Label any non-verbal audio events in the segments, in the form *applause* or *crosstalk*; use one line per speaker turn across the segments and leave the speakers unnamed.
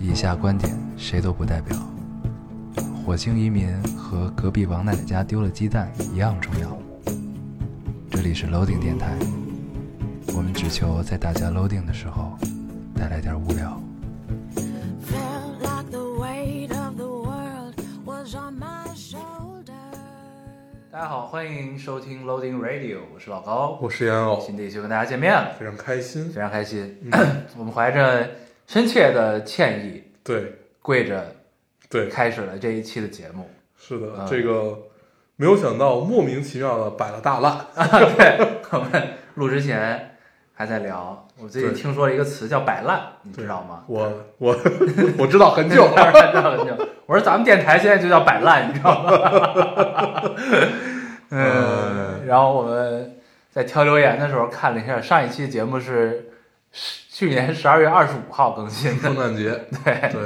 以下观点谁都不代表。火星移民和隔壁王奶奶家丢了鸡蛋一样重要。这里是 Loading 电台，我们只求在大家 Loading 的时候带来点无聊。
Felt like the weight of the world was on my shoulders.
大家好，欢迎收听 Loading Radio，我是老高，
我是烟偶
新，的一期跟大家见面了，
非常开心
非。常开心。 *coughs* 我们怀着深切的歉意，
对
跪着
对，
开始了这一期的节目。
是的，
嗯
这个没有想到，莫名其妙的摆了大烂。
对，我们录之前还在聊，我最近
对
听说了一个词叫“摆烂”，你知道吗？
我我我 *laughs* 知道很久
当
了。
然 *laughs* 知道了就我说咱们电台现在就叫“摆烂”，你知道吗？ *laughs* 嗯，
嗯
然后我们在挑留言的时候看了一下，上一期节目是十去年十二月二十五号更新的
*laughs* 圣。诞节，
*laughs* 对，
对，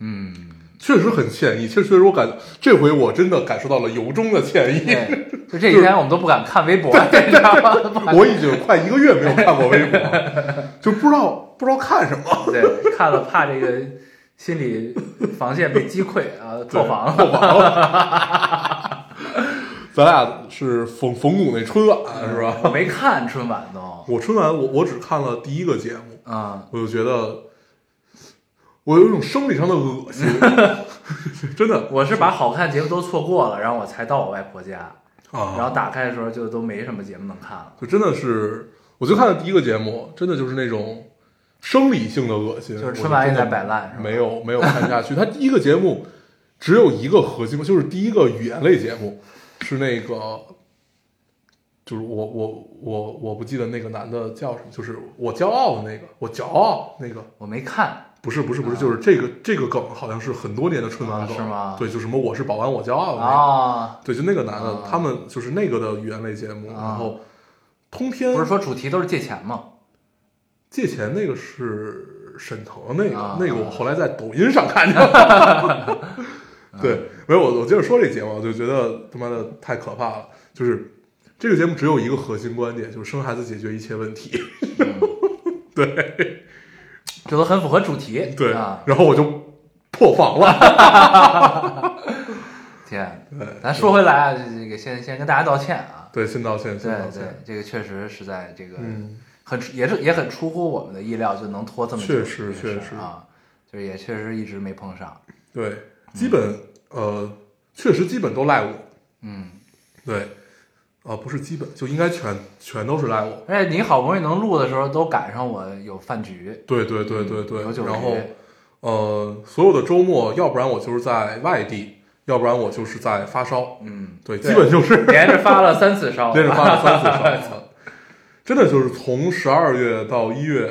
嗯，
确实很歉意，确实我感这回我真的感受到了由衷的歉意。
对，就这几天我们都不敢看微博，你知道吗？不敢
我已经快一个月没有看过微博，就不知道不知道看什么。
对，看了怕这个心理防线被击溃啊，破防了。
破防了。咱俩是冯冯巩那春晚是吧？
我没看春晚都，
我春晚我我只看了第一个节目，
嗯，
我就觉得我有一种生理上的恶心，真的 *laughs*
我是把好看节目都错过了，然后我才到我外婆家，然
啊，
后打开的时候就都没什么节目能看了，
就真的是，我就看了第一个节目，真的就是那种生理性的恶心，
就是春晚也在摆烂，是吧
没有没有看下去。他第一个节目只有一个核心，就是第一个语言类节目是那个，就是我我我我不记得那个男的叫什么，就是我骄傲的那个，我骄傲那个。
我没看，
不是不是不是，
啊
就是这个这个梗好像是很多年的春晚梗，
啊是吗
对，就什么我是保安，我骄傲的那个，
哦，
对，就那个男的，
啊
他们就是那个的语言类节目，
啊
然后通天
不是说主题都是借钱吗？
借钱那个是沈腾那个，
啊
那个我后来在抖音上看见了。
*laughs*
对，没有我我接着说这节目，我就觉得他妈的太可怕了。就是这个节目只有一个核心观点，就是生孩子解决一切问题。 *laughs*
这都很符合主题，
对，
啊，
然后我就破防了。
天，
对，
咱说 *laughs* 回来啊，这个先先跟大家道歉啊，
对，先道歉，先
对
道
对
歉。，
这个确实是在这个
嗯，
很也是也很出乎我们的意料，就能拖这么久，
确实
这个事儿
确实
啊，就是也确实一直没碰上，
对，基本呃，确实基本都赖我。
嗯。
对，啊、不是基本，就应该全全都是赖我。
而且哎你好不容易能录的时候，都赶上我有饭局，
对对对对
嗯
对，
有酒局
然后呃，所有的周末，要不然我就是在外地，要不然我就是在发烧，
嗯，
对，
对
基本就是
*laughs* 连着发了三次烧，
连着发了三次烧，真的就是从十二月到一月，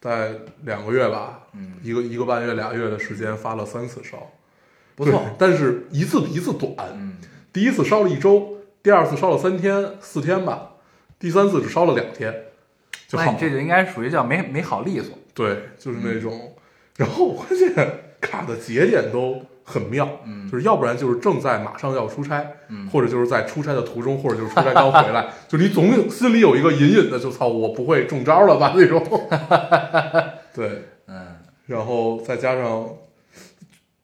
在两个月吧，
嗯，
一个一个半月、俩月的时间发了三次烧，
不错
对，但是一次比一次短，
*laughs* 嗯，
第一次烧了一周，第二次烧了三天、四天吧，第三次只烧了两天，就
那
好
你，这就嗯应该属于叫没没好利索，
对，就是那种， *laughs* 然后关键卡的节点都很妙，
嗯
就是要不然就是正在马上要出差，
嗯
或者就是在出差的途中，或者就是出差刚回
*laughs*
来，就你总有心里有一个隐隐的，就操，我不会中招了吧那
*laughs*
种。对，
嗯，
然后再加上，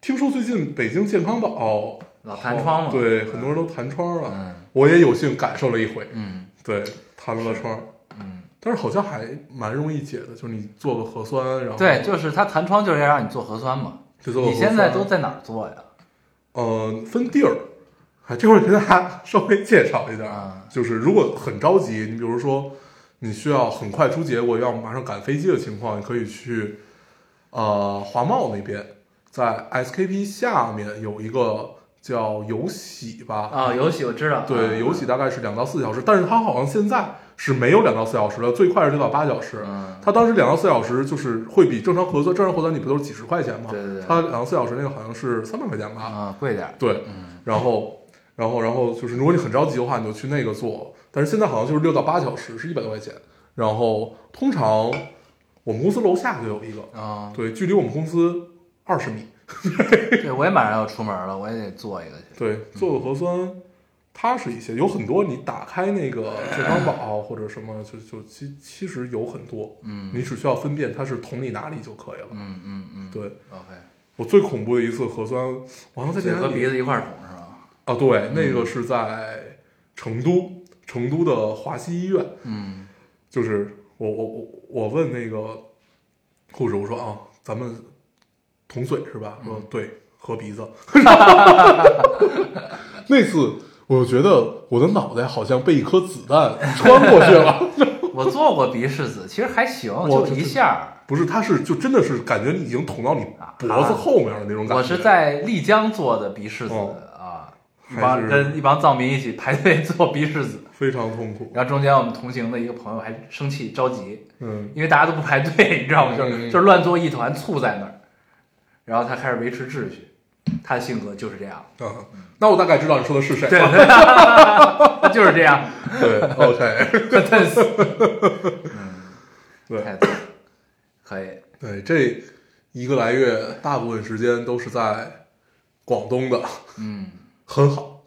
听说最近北京健康宝
老弹窗嗯嘛，
对，很多人都弹窗了，
嗯
我也有幸感受了一回，
嗯
对，弹了个窗，
嗯，
但是好像还蛮容易解的，就是你做个核酸，然后
对，就是他弹窗就是要让你做核酸嘛，
就做个
你
核酸
现在都在哪儿做呀？
呃，分地儿，哎，这会儿给大家稍微介绍一下
啊
就是如果很着急，你比如说你需要很快出结果，要马上赶飞机的情况，你可以去呃华贸那边，在 SKP 下面有一个叫有喜吧，
啊，游戏我知道，嗯
对，有喜大概是两到四小时，但是它好像现在是没有两到四小时的，最快是六到八小时。
嗯，
它当时两到四小时就是会比正常核酸，正常核酸你不都是几十块钱吗？
对对对
它两到四小时那个好像是三百块钱吧？
啊，贵点儿，
对，然后，然后，然后就是，如果你很着急的话，你就去那个做。但是现在好像就是六到八小时是一百多块钱。然后通常我们公司楼下就有一个，
啊，
对，距离我们公司二十米。
对，我也马上要出门了，我也得做一个去，
对，做个核酸，踏实一些。有很多你打开那个健康宝或者什么，就就其其实有很多，
嗯
你只需要分辨它是捅你哪里就可以了。
嗯嗯嗯
对
，OK，
我最恐怖的一次核酸，我好像在
嘴
家
和嗯
里
鼻子一块儿捅是吧？
啊，对，那个是在成都，成都的华西医院，
嗯
就是我我我我问那个护士，我说啊，咱们捅嘴是吧？
嗯
说对，和鼻子。 *laughs* 那次我觉得我的脑袋好像被一颗子弹穿过去了， *laughs*
我做过鼻拭子，其实还行，就一下儿。
不是，它是就真的是感觉你已经捅到你脖子后面的那种感觉。
我是在丽江做的鼻拭子、
哦
啊，一
还
帮
是
跟一帮藏民一起排队做鼻拭子，
非常痛苦，
然后中间我们同行的一个朋友还生气着急，
嗯，
因为大家都不排队，你知道吗？就
嗯嗯
是就是乱作一团，醋在那儿，然后他开始维持秩序，他的性格就是这样，
啊，那我大概知道你说的是谁
对
了。，
他就是这
*laughs*
样，
对，OK，
很 tense，
*laughs* 嗯对
嗯太逗了，可以，
对，这一个来月大部分时间都是在广东的，
嗯，
很好。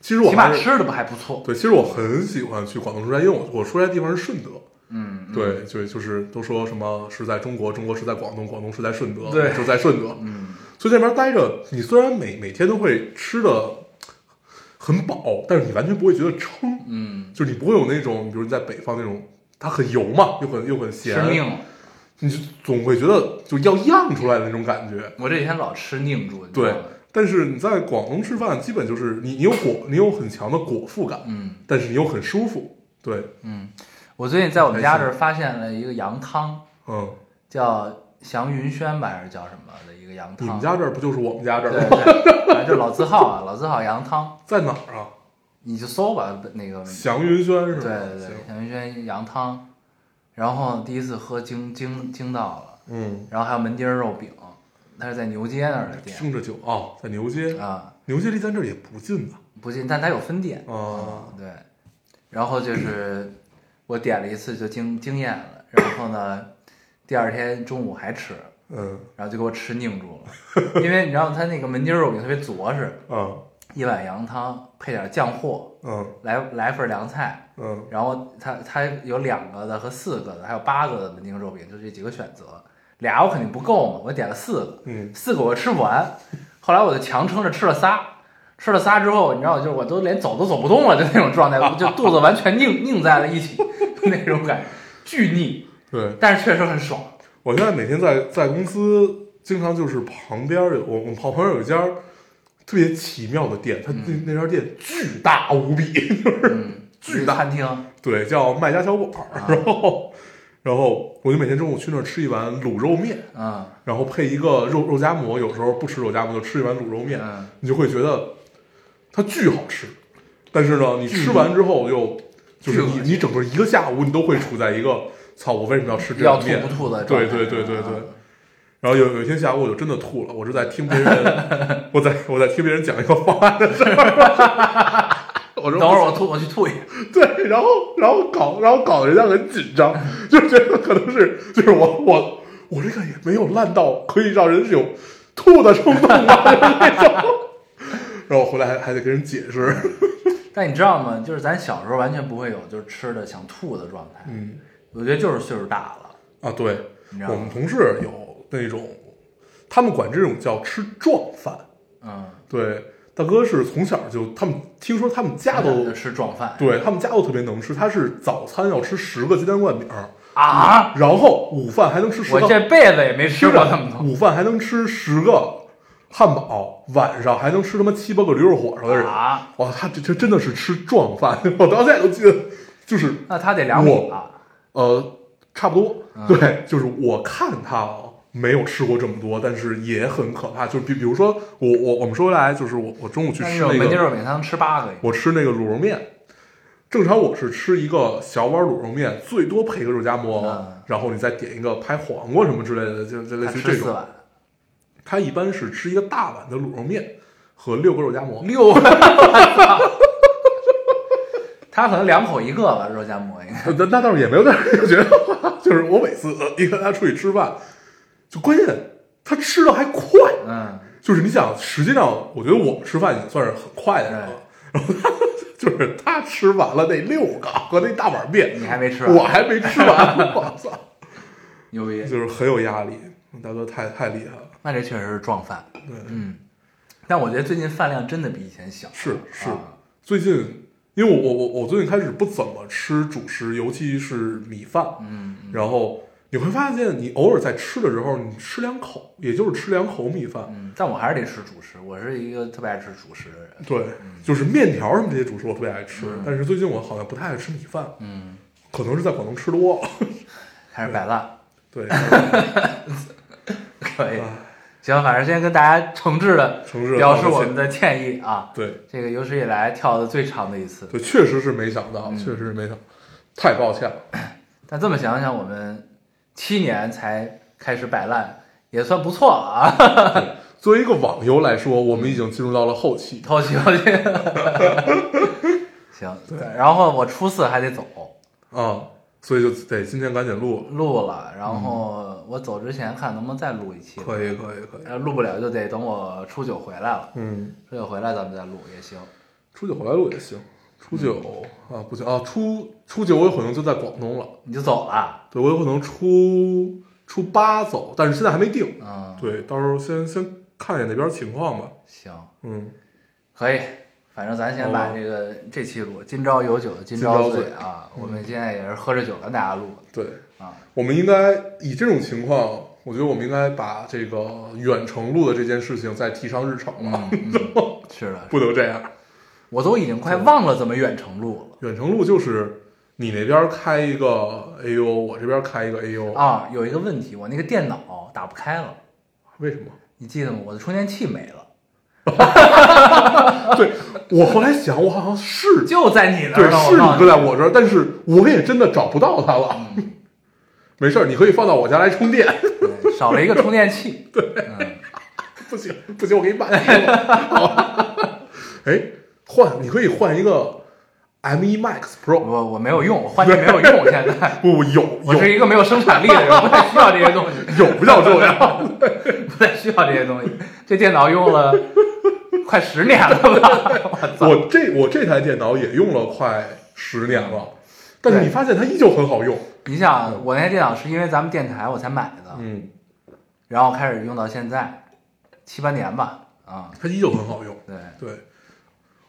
其实我
起码
还是
吃的吧还不错，
对，其实我很喜欢去广东出差，因为我我出差地方是顺德。
嗯，嗯，
对，对，就是都说什么是在中国，中国是在广东，广东是在顺德，
对
就在顺德。
嗯，
所以在那边待着，你虽然每每天都会吃的很饱，但是你完全不会觉得撑，
嗯，
就是你不会有那种，比如你在北方那种，它很油嘛，又很又很咸，
吃命了，
你就总会觉得就要漾出来的那种感觉。
我这几天老吃拧住，你知
对
道吗，
但是你在广东吃饭，基本就是你你有果，你有很强的果腹感，
嗯。
但是你又很舒服。对，
嗯，我最近在我们家
还
这
行
儿发现了一个羊汤，
嗯，
叫祥云轩吧，还是叫什么的一个羊汤。
你们家这儿不就是我们家这
对
儿吗？
对，反正就老字号啊，老字号羊汤，
在哪儿啊？
你就搜吧，那个
祥云轩是
对
吧？
对对
行，
祥云轩羊汤。然后第一次喝惊惊惊到了，
嗯，
然后还有门钉儿肉饼，它是在牛街那儿的店
听着就啊，在牛街，
啊，
牛街离咱这儿也不近吧？
不近，但它有分店。
啊，
对，然后就是我点了一次就惊惊艳了，然后呢，第二天中午还吃，
嗯
然后就给我吃拧住了，因为你知道它那个门钉肉饼特别着实，
啊
一碗羊汤配点酱货，
嗯
来来份凉菜，
嗯
然后它它有两个的和四个的，还有八个的门钉肉饼，就这几个选择，俩我肯定不够嘛，我点了四个，
嗯，
四个我吃不完，后来我就强撑着吃了仨。吃了仨之后，你知道，就是我都连走都走不动了，就那种状态，我就肚子完全拧拧在了一起，就那种感觉，巨腻，
对，
但是确实很爽。
我现在每天在在公司，经常就是旁边有我我们旁边有一家特别奇妙的店，它那那家店巨大无比， *laughs*
嗯，
*laughs* 巨
去
大
餐厅，
对，叫麦家小馆儿
啊，
*laughs* 然后然后我就每天中午去那儿吃一碗卤肉面，
嗯
然后配一个肉肉夹馍，有时候不吃肉夹馍就吃一碗卤肉面，
嗯，
你就会觉得它巨好吃，但是呢，你吃完之后又就
嗯巨
是
恶
你你整个一个下午你都会处在一个操我为什么要吃这
要
碗
吐
面
不？吐的状
对
态，
对对对
啊
对。然后有有一天下午我就真的吐了，我是在听别人，我在我在听别人讲一个方案 *laughs* 的事儿。我说
等会儿我吐，我去吐一下。
对，然后然后搞然后搞得人家很紧张，就觉得可能是就是我我我这个也没有烂到可以让人有吐的冲动吧那种。 *laughs* 然后回来还还得跟人解释，
但你知道吗？就是咱小时候完全不会有就是吃的想吐的状态。
嗯
我觉得就是岁数大了，
啊，对
你知道
我
吗
们同事有那种，他们管这种叫吃壮饭。
嗯，
对，大哥是从小就他们听说他们家
咱们
都
就吃壮饭。
对他们家都特别能吃，他是早餐要吃十个鸡蛋灌饼儿，
啊，
然后午饭还能吃十
我
个
这辈子也没吃
吃
过那么多。
午饭还能吃十个汉堡，晚上还能吃他妈七八个驴肉火烧的人，
啊，
哇，他这这真的是吃壮饭， *laughs* 我到现在都记得，就是
那他得两米吧？
呃，差不多，
啊
对，就是我看他啊。没有吃过这么多，但是也很可怕。就比比如说，我我我们说回来，就是我我中午去
但
吃
是我
那
门
个
钉肉饼，他能吃八个。
我吃那个卤肉面，正常我是吃一个小碗卤肉面，最多配一个肉夹馍，
嗯
然后你再点一个拍黄瓜什么之类的，就就类
他
似于这
吃四
种。
碗，
他一般是吃一个大碗的卤肉面和六个肉夹馍。
六碗。他可能两口一个吧，肉夹馍应该。
呃 *laughs* 那那倒是也没有，但是就觉得就是我每次一跟他出去吃饭，就关键他吃的还快，
嗯，
*laughs* 就是你想，实际上我觉得我们吃饭已经算是很快的人了，然后就是他吃完了那六个和那大碗面，
你还没吃完
我还没吃完，我操，
牛逼，
就是很有压力。大哥太太厉害了，
那这确实是壮饭。
对，
嗯，但我觉得最近饭量真的比以前小了。
是是
啊
最近，因为我我我我最近开始不怎么吃主食，尤其是米饭，
嗯，
然后你会发现，你偶尔在吃的时候，你吃两口，也就是吃两口米饭，
嗯，但我还是得吃主食，我是一个特别爱吃主食的人。
对，就是面条什么这些主食我特别爱吃，但是最近我好像不太爱吃米饭，
嗯，
可能是在广东吃多了， *laughs*
还是摆烂，
对，
可以。
啊
行，反正先跟大家诚挚的
诚挚地
表示我们的歉意啊。
对
这个有史以来跳的最长的一次，
对，确实是没想到，确实是没想到，太抱歉了， *laughs*
但这么想想，我们七年才开始摆烂，也算不错了啊。
作为一个网游来说，我们已经进入到了后期，
偷袭偷袭。 *laughs* 行，然后我初四还得走
啊，所以就得今天赶紧录了，
录了，然后我走之前看能不能再录一期，
可以可以可以，
要录不了就得等我初九回来了，
嗯。
初九回来咱们再录也行。
初九回来录也行，初九、啊不行啊，初初九我有可能就在广东了，
你就走了，啊
对我有可能初初八走，但是现在还没定。
嗯，
对，到时候先先看一眼那边情况吧。
行，
嗯，
可以，反正咱先把这个、这期录，今朝有酒今
哦朝
朝
醉嗯
醉啊，我们现在也是喝着酒跟大家
*laughs*
录
对，
啊，
我们应该以这种情况，我觉得我们应该把这个远程录的这件事情再提上日程了，
嗯，
*laughs*
嗯是的，
不能这样。
我都已经快忘了怎么远程录
远程录就是你那边开一个 AO，我这边开一个 AO，、
了啊。有一个问题，我那个电脑打不开了，
为什么？
你记得吗？我的充电器没了，
对我后来想，我好
*laughs*
像是
就在你那
对，
儿呢。
是
我告
你
诉
搁在我这儿，但是我也真的找不到它了。
嗯
*laughs* 没事儿，你可以放到我家来充电。
对少了一个充电器。嗯，
不行，不行，我给你买一个吧。好吧哎，换，你可以换一个 M1 Max Pro。
我我没有用，我换电没有用，现在。
不不，有
我是
有
一个没有生产力的人，我不太需要这些东西，
*laughs* 有不叫重要。
*laughs* 不太需要这些东西。这电脑用了快十年了吧？我操！
我这我这台电脑也用了快十年了，但是
对
你发现它依旧很好用。
你想，我那电脑是因为咱们电台我才买的，
嗯，
然后开始用到现在，七八年吧。啊、
它依旧很好用。
对。
对，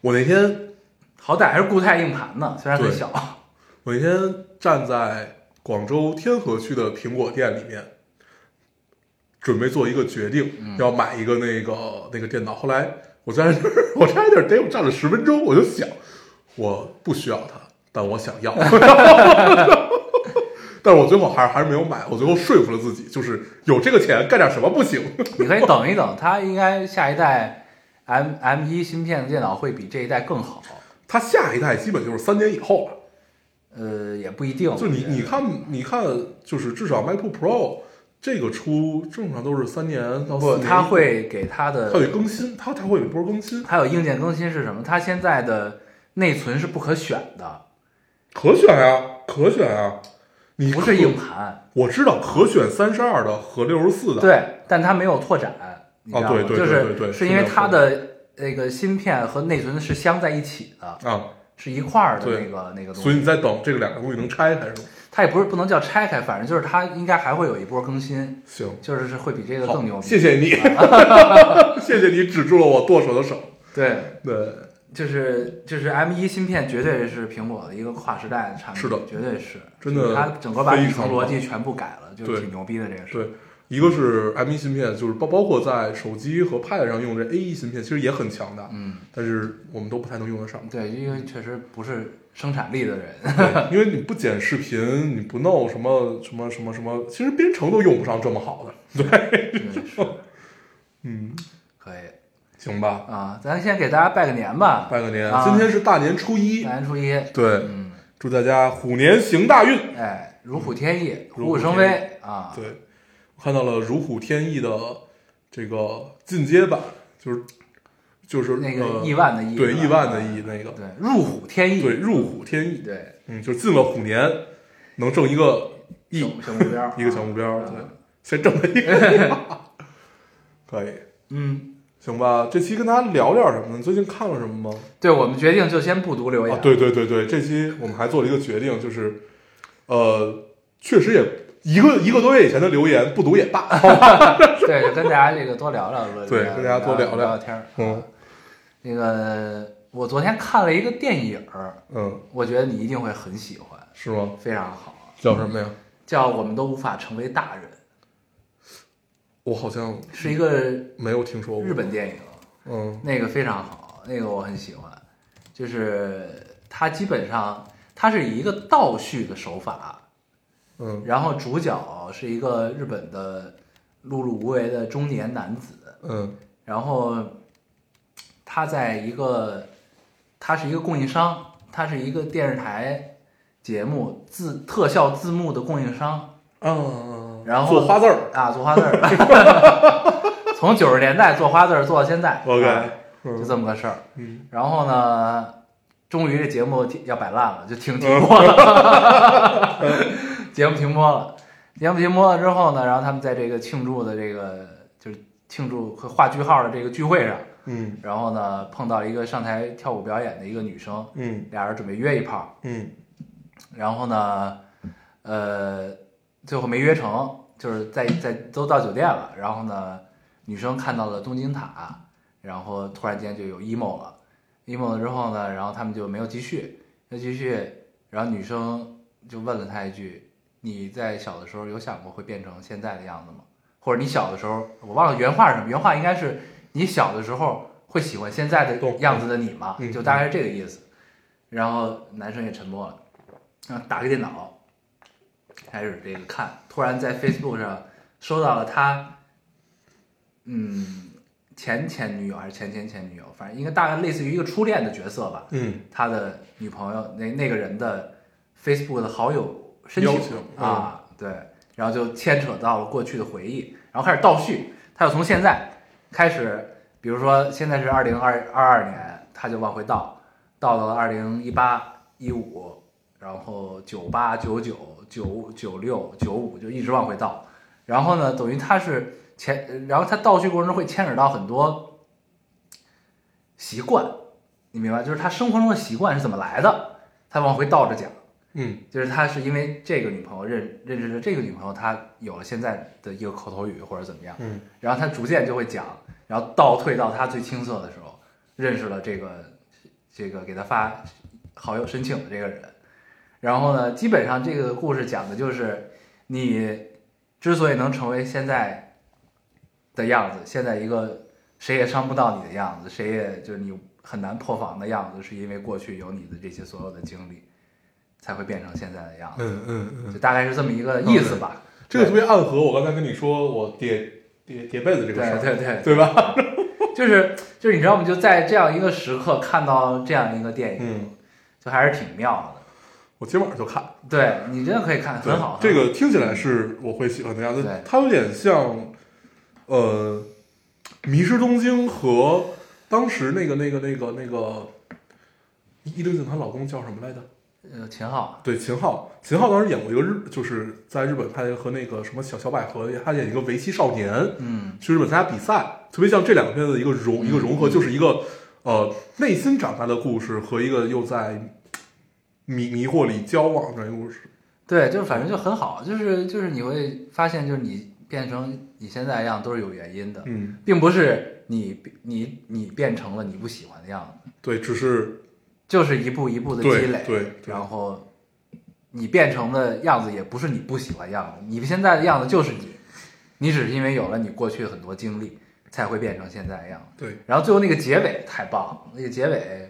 我那天
好歹还是固态硬盘呢，虽然很
对
小。 *laughs*
我那天站在广州天河区的苹果店里面，准备做一个决定，要买一个那个那个电脑。后来我站在那儿， *laughs* 我站在那儿得有站了十分钟，我就想，我不需要它，但我想要。 *laughs* 但是我最后还是还是没有买，我最后说服了自己，就是有这个钱干点什么不行？ *laughs*
你可以等一等，它应该下一代 M M 一芯片的电脑会比这一代更好。
它下一代基本就是三年以后了。
呃，也不一定。
就你你看你看，就是至少 MacBook Pro 这个出正常都是三年到四
不，
年，
哦它会给它的
它得更新，它它会有一波更新，
还有硬件更新是什么？它现在的内存是不可选的，
可选啊，可选啊，你
不
可
是硬，
*laughs*
盘。
我知道可选三十二的和六十四的，
对，但它没有拓展，你知道吗？
哦对对
就
对对对
是是因为
是没有
它
拓
的那个芯片和内存是镶在一起的，
啊，
是一块儿的
对
那个那个东
所以
西。
你在等这个两个东西能拆开是吗？
它也不是不能叫拆开，反正就是它应该还会有一波更新，
行，
就是是会比这个更牛
好，
逼。
谢
*laughs*
谢你， *laughs* 谢谢你指住了我剁手的手，
对。
对，
就是就是 M 一芯片绝对是苹果的一个跨时代的产品，
是的
绝对是，
真的
就是它整个把底层
非常棒
逻辑全部改了，就
对
是挺牛逼的这个事。
对，一个是 M1 芯片，就是包包括在手机和 Pad 上用这 A1 芯片，其实也很强大，
嗯，，
但是我们都不太能用得上
对，因为确实不是生产力的
*laughs*
人，
对因为你不剪视频，你不弄什么什么什么什么，其实编程都用不上这么好的，
真的是
嗯，
可以
行吧，
啊。咱先给大家拜个年吧，
拜个年，
啊
今天是大年初一，
大年初一，
对，
嗯，
祝大家虎年行大运。
哎，如虎添翼，
嗯如
虎
虎
虎生
添
威啊。
对，我看到了如虎添翼的这个进阶版，就是就是
那个
呃
亿万的亿，
对
是吧
亿万的亿，那个，
对，入虎添翼，
对入虎添翼，
对，
嗯，就进了虎年能挣一个亿
小小目标，
一个小目标，
啊
对，先挣了一个亿，可以，
*laughs* 嗯，
行吧，这期跟大家聊点什么呢？最近看了什么吗？
对，我们决定就先不读留言。
啊，对对对对，这期我们还做了一个决定，就是，呃，确实也一个一个多月以前的留言不读也
*laughs*
罢。
对，就跟大家这个多聊聊，多
对
聊
跟大家多
聊
聊聊
聊天儿。
嗯
那个，我昨天看了一个电影儿，
嗯，
我觉得你一定会很喜欢，
是吗？嗯
非常好，
叫什么呀？
叫《我们都无法成为大人
我好像》，
是一个
没有听说过。
日，本电影，
嗯
那个非常好，那个我很喜欢，就是它基本上它是以一个倒叙的手法，
嗯
然后主角是一个日本的碌碌无为的中年男子，
嗯
然后他在一个，他是一个供应商，他是一个电视台节目字特效字幕的供应商
嗯，
哦然后
做花字儿。
啊，做花字儿，从九十年代做花字儿做到现在
OK，
啊就
嗯
这么个事儿。
嗯
然后呢，终于这节目停要摆烂了，就停停播了，节目停播了。节目停播了之后呢，然后他们在这个庆祝的这个就是庆祝和画句号的这个聚会上，
嗯
然后呢碰到一个上台跳舞表演的一个女生，
嗯
俩人准备约一炮，
嗯
然后呢，呃，最后没约成，就是在在都到酒店了，然后呢，女生看到了东京塔，然后突然间就有 emo 了，emo 了之后呢，然后他们就没有继续，没继续，然后女生就问了他一句：“你在小的时候有想过会变成现在的样子吗？或者你小的时候，我忘了原话是什么，原话应该是你小的时候会喜欢现在的
懂
样子的你吗？
嗯
就大概是这个意思。”然后男生也沉默了，然后打开电脑，开始这个看，突然在 Facebook 上收到了他，嗯，前前女友还是前前前女友，反正应该大概类似于一个初恋的角色吧，
嗯
他的女朋友那那个人的 Facebook 的好友申
邀请嗯
啊，对，然后就牵扯到了过去的回忆，然后开始倒叙，他又从现在开始，比如说现在是二零二二二年，他就往回倒，倒到了二零一八一五，然后九八九九九九六九五就一直往回倒，然后呢，等于他是前，然后他倒叙过程中会牵扯到很多习惯，你明白？就是他生活中的习惯是怎么来的，他往回倒着讲。
嗯
就是他是因为这个女朋友认认识了这个女朋友，他有了现在的一个口头语或者怎么样，
嗯，
然后他逐渐就会讲，然后倒退到他最青涩的时候，认识了这个这个给他发好友申请的这个人，然后呢，基本上这个故事讲的就是你之所以能成为现在的样子，现在一个谁也伤不到你的样子，谁也就是你很难破防的样子，是因为过去有你的这些所有的经历，才会变成现在的样子，
嗯嗯嗯，
就大概是这么一个意思吧。
这个特别暗合我刚才跟你说我叠叠叠被子这
对
个事儿，
对对，
对吧？
就是就是你知道吗？就在这样一个时刻看到这样一个电影，
嗯，
就还是挺妙的。
我今晚上就看。
对你真的可以看，
对
很好。
这
很好
个听起来是我会喜欢的样子
对，
它有点像，呃，《迷失东京》和当时那个那个那个那个伊藤静她老公叫什么来着？
呃秦昊，
对，秦昊，秦昊当时演过一个日，就是在日本拍的和那个什么小小百合，他演一个围棋少年，
嗯，
去日本参加比赛，特别像这两个片子的一个融一个融合，就是一个呃内心长大的故事和一个又在迷迷惑里交往的故事。
对，就是反正就很好，就是就是你会发现，就是你变成你现在的样子都是有原因的，
嗯，
并不是你你你变成了你不喜欢的样子，
对，只是
就是一步一步的积
对
累，
对对
然后。你变成的样子也不是你不喜欢样子，你现在的样子就是你，你只是因为有了你过去很多经历，才会变成现在的样子。
对，
然后最后那个结尾太棒了，那个结尾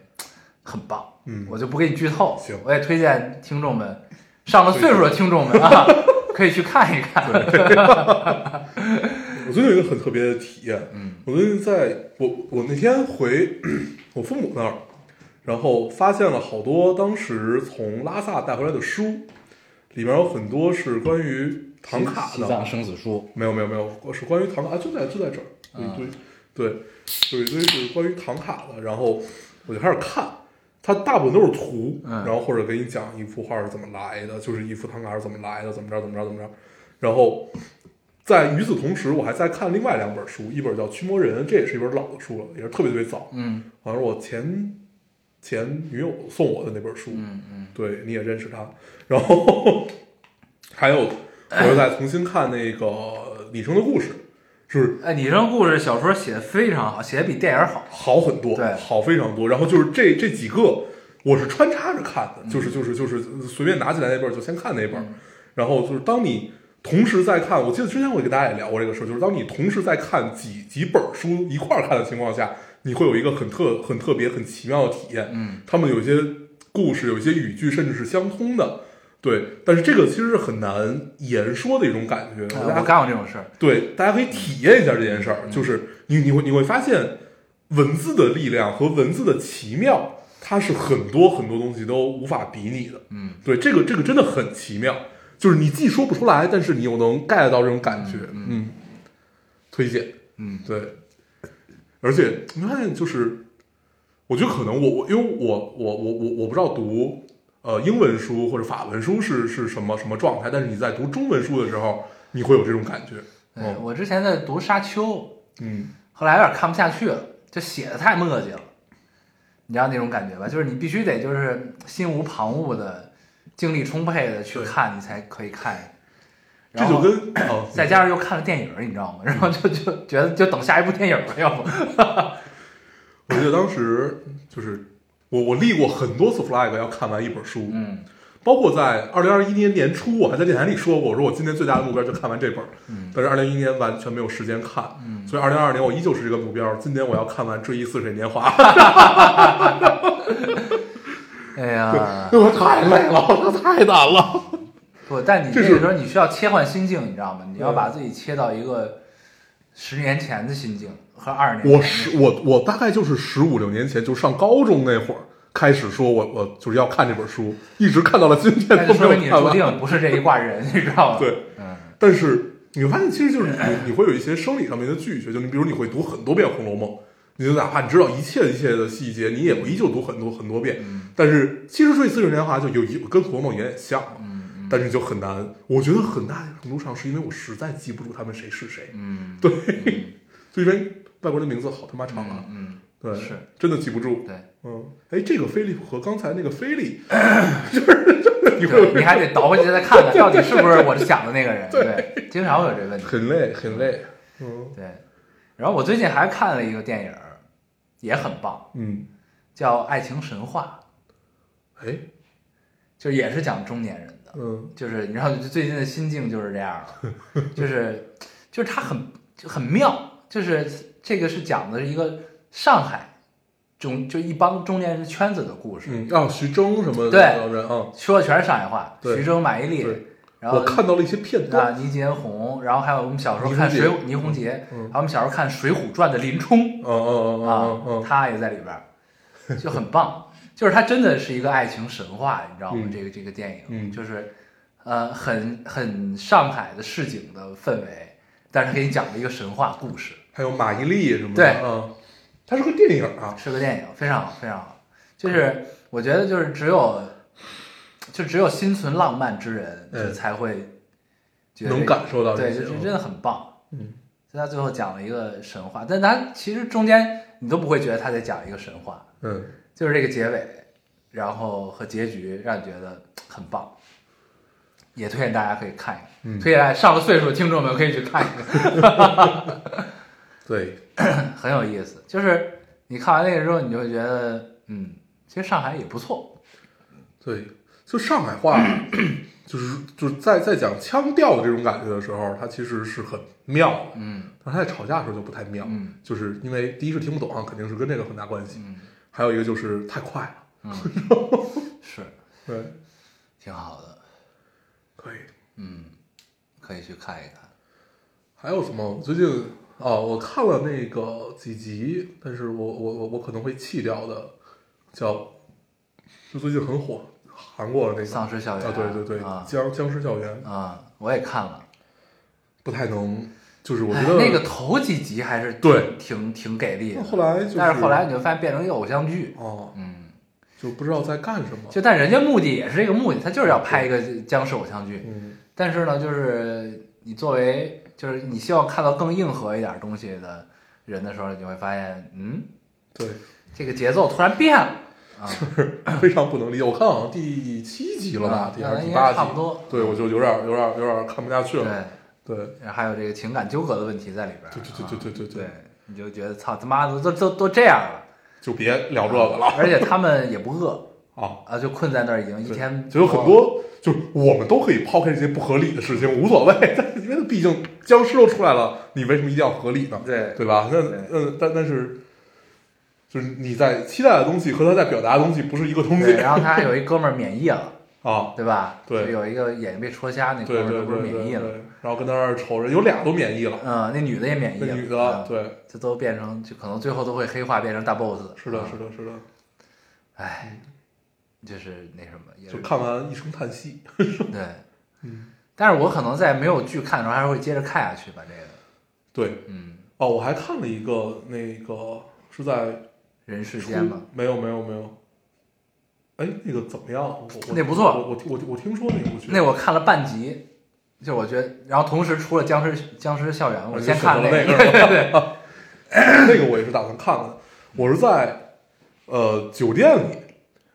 很棒，
嗯
我就不给你剧透。
行
我也推荐听众们，上了岁数的听众们啊，
*laughs*
可以去看一看。
我最近有一个很特别的体验，
嗯，
我最近在我我那天回 *clears throat* 我父母那儿，然后发现了好多当时从拉萨带回来的书，里边有很多是关于唐卡的，
生死书，
没有没有没有，是关于唐卡，啊就在就在这儿，有一堆，对，有一堆是关于唐卡的，然后我就开始看，它大部分都是图，
嗯
然后或者给你讲一幅画是怎么来的，就是一幅唐卡是怎么来的，怎么着怎么着怎么着，然后在与此同时，我还在看另外两本书，一本叫《驱魔人》，这也是一本老的书了，也是特别特别早，
嗯
好像是我前前女友送我的那本书。
嗯嗯，
对，你也认识他。然后还有，我又在重新看那个《李生的故事》，就是
哎，拟声故事小说写的非常好，写的比电影好。
好很多，
对
好非常多。然后就是这这几个，我是穿插着看的，
嗯
就是就是就是随便拿起来那本儿就先看那本儿，然后就是当你。同时在看，我记得之前我跟大家也聊过这个事儿，就是当你同时在看几几本儿书一块儿看的情况下，你会有一个很特、很特别、很奇妙的体验。
嗯，
他们有一些故事，有一些语句甚至是相通的，对。但是这个其实是很难言说的一种感觉。
哎
大家
我干过这种事儿。
对，大家可以体验一下这件事儿，就是你你会你会发现文字的力量和文字的奇妙，它是很多很多东西都无法比拟的。
嗯，
对，这个这个真的很奇妙，就是你既说不出来，但是你又能 get 到这种感觉。嗯，推荐。
嗯，
对，而且你发现就是，我觉得可能我我因为我我我我我不知道读呃英文书或者法文书是是什么什么状态，但是你在读中文书的时候，你会有这种感觉。
对
嗯
我之前在读《沙丘》，
嗯
后来有点看不下去了，就写的太墨迹了，你知道那种感觉吧？就是你必须得就是心无旁骛的、精力充沛的去
对
看，你才可以看。
这
然后
就跟
*coughs*
哦，
再加上又看了电影儿，你知道吗？ *laughs* 然后就就觉得就等下一部电影儿吧，要
*laughs*
不
我记得当时就是我我立过很多次 flag 要看完一本书，
嗯
包括在二零二一年年初，我还在电台里说过，我说我今年最大的目标就看完这本儿，
嗯
但是二零一年完全没有时间看，
嗯
所以二零二二年我依旧是这个目标，今年我要看完《追忆似水年华》。
哎呀，
*laughs* 我太累了，我太难了。
不，但你
这
这
是
个时候你需要切换心境，你知道吗？你要
对
把自己切到一个十年前的心境和二十年前的
我十我我大概就是十五六年前，就上高中那会儿开始说我我就是要看这本书，一直看到了今
那
天
就
都没
说明你
有看
注
完。
定不是这一挂人，你知道吗？
对，
嗯，
但是你会发现，其实就是你你会有一些生理上面的拒绝，就你比如你会读很多遍《红楼梦》，你就哪怕你知道一切一切的细节，你也依旧读很多很多遍。但是其实《追忆似水年华》就有一跟《红楼梦》有点像嘛，但是就很难。我觉得很大程度上是因为我实在记不住他们谁是谁，
嗯，
对
嗯
就因为外国人的名字好他妈长啊。
嗯，
对，
是
真的记不住。
对
嗯，哎，这个菲利普和刚才那个菲利， *laughs* 就是 *laughs* 就是你会
嗯对，
有
你还得倒回去再看
*laughs*
看，到底是不是我想的那个人？对，经常会有这问题。
很累，很累。嗯
对，然后我最近还看了一个电影儿，也很棒，
嗯，
叫《爱情神话
哎》，
就也是讲中年人的，
嗯
就是你知道最近的心境就是这样了，就是就是它很就很妙，就是这个是讲的是一个上海中就一帮中年人圈子的故事，
嗯啊，徐峥什么的
对
老人啊，
说的全是上海话，
对
徐峥、马伊琍
对，
然后
我看到了一些片段。
啊，倪洁红，然后还有我们小时候
倪
看
虹洁
水《倪虹洁》，还
嗯
有我们小时候看《水浒传》的林冲
嗯嗯
啊
嗯，嗯嗯
他也在里边儿，就很棒。就是他真的是一个爱情神话，你知道吗？
嗯
这个这个电影，
嗯
就是呃，很很上海的市井的氛围，但是给你讲了一个神话故事，
还有马伊琍什么的。
对
嗯，它是个电影啊。
是个电影，非常好，非常好。就是我觉得，就是只有就只有心存浪漫之人，
嗯
就才会觉得
能
这个
感受到这
对，
些
就
嗯
是真的很棒。
嗯，
所以他最后讲了一个神话，但他其实中间你都不会觉得他在讲一个神话，
嗯，
就是这个结尾，然后和结局让你觉得很棒。也推荐大家可以看一看，
嗯
推荐上了岁数的听众们可以去看一看， *laughs*
对，
很有意思。就是你看完那个之后，你就会觉得，嗯，其实上海也不错。
对，就上海话，就是就是在在讲腔调的这种感觉的时候，它其实是很妙的。
嗯
但是他在吵架的时候就不太妙，
嗯
就是因为第一是听不懂啊，肯定是跟这个很大关系，
嗯
还有一个就是太快了。
嗯，是
对，
挺好的，
可以。
嗯，可以去看一看。
还有什么？我最近哦，我看了那个几集，但是我我我我可能会弃掉的，叫就最近很火韩国的那个
丧尸校园
啊，对对对，
啊
僵僵尸校园
啊，我也看了。
不太能，就是我觉
哎
得
那个头几集还是挺
对
挺挺给力的，
后来就是
但是后来你就发现变成一个偶像剧，
哦，
嗯，
就不知道在干什么。
就但人家目的也是这个目的，他就是要拍一个僵尸偶像剧，
嗯
但是呢，就是你作为就是你希望看到更硬核一点东西的人的时候，你会发现，嗯，
对，
这个节奏突然变了啊，
非常不能理解。我看好像第七集了吧，
嗯
第还是第
应
八
该
集，
差不多。
对，我就有点有点有点看不下去
对，
了。对，
然后还有这个情感纠葛的问题在里边儿。
对对对
啊
对对对对
对，你就觉得操他妈的都都都这样了，啊
就别聊这个了
而且他们也不饿
啊。
啊，就困在那儿已经一
对
天，
就有很多，就是我们都可以抛开这些不合理的事情，无所谓。 *laughs* 但是因为毕竟僵尸都出来了，你为什么一定要合理呢？
对
对吧？那
对
那但但是，就是你在期待的东西和他在表达的东西不是一个东西
对，然后他还有一哥们儿免疫了，
啊。
对吧？
对
就有一个眼睛被戳瞎那哥
对
们
对
儿不是
对对
免疫
对
了，，
然后跟他那儿瞅着，有俩都免疫了，
嗯，那女的也免疫
那
了，
女的
嗯，
对，
就都变成就可能最后都会黑化变成大 boss。
是的，
嗯
是，的，是的，
哎，就是那什么，也
就是看完一声叹息。
对，
嗯，
*laughs* 但是我可能在没有剧看的时候，还是会接着看下去吧。这个，
对，
嗯，
哦，我还看了一个，那个是在
人世
初
间嘛，
没有没有没有，哎，那个怎么样？我我
那不错
我我我我听说那部剧，
那我看了半集，就我觉得，然后同时除了僵尸僵尸校园，
啊
我
就
先
选
看
择了
那
那
对
个
对对，
那个我也是打算看看的。我是在呃酒店里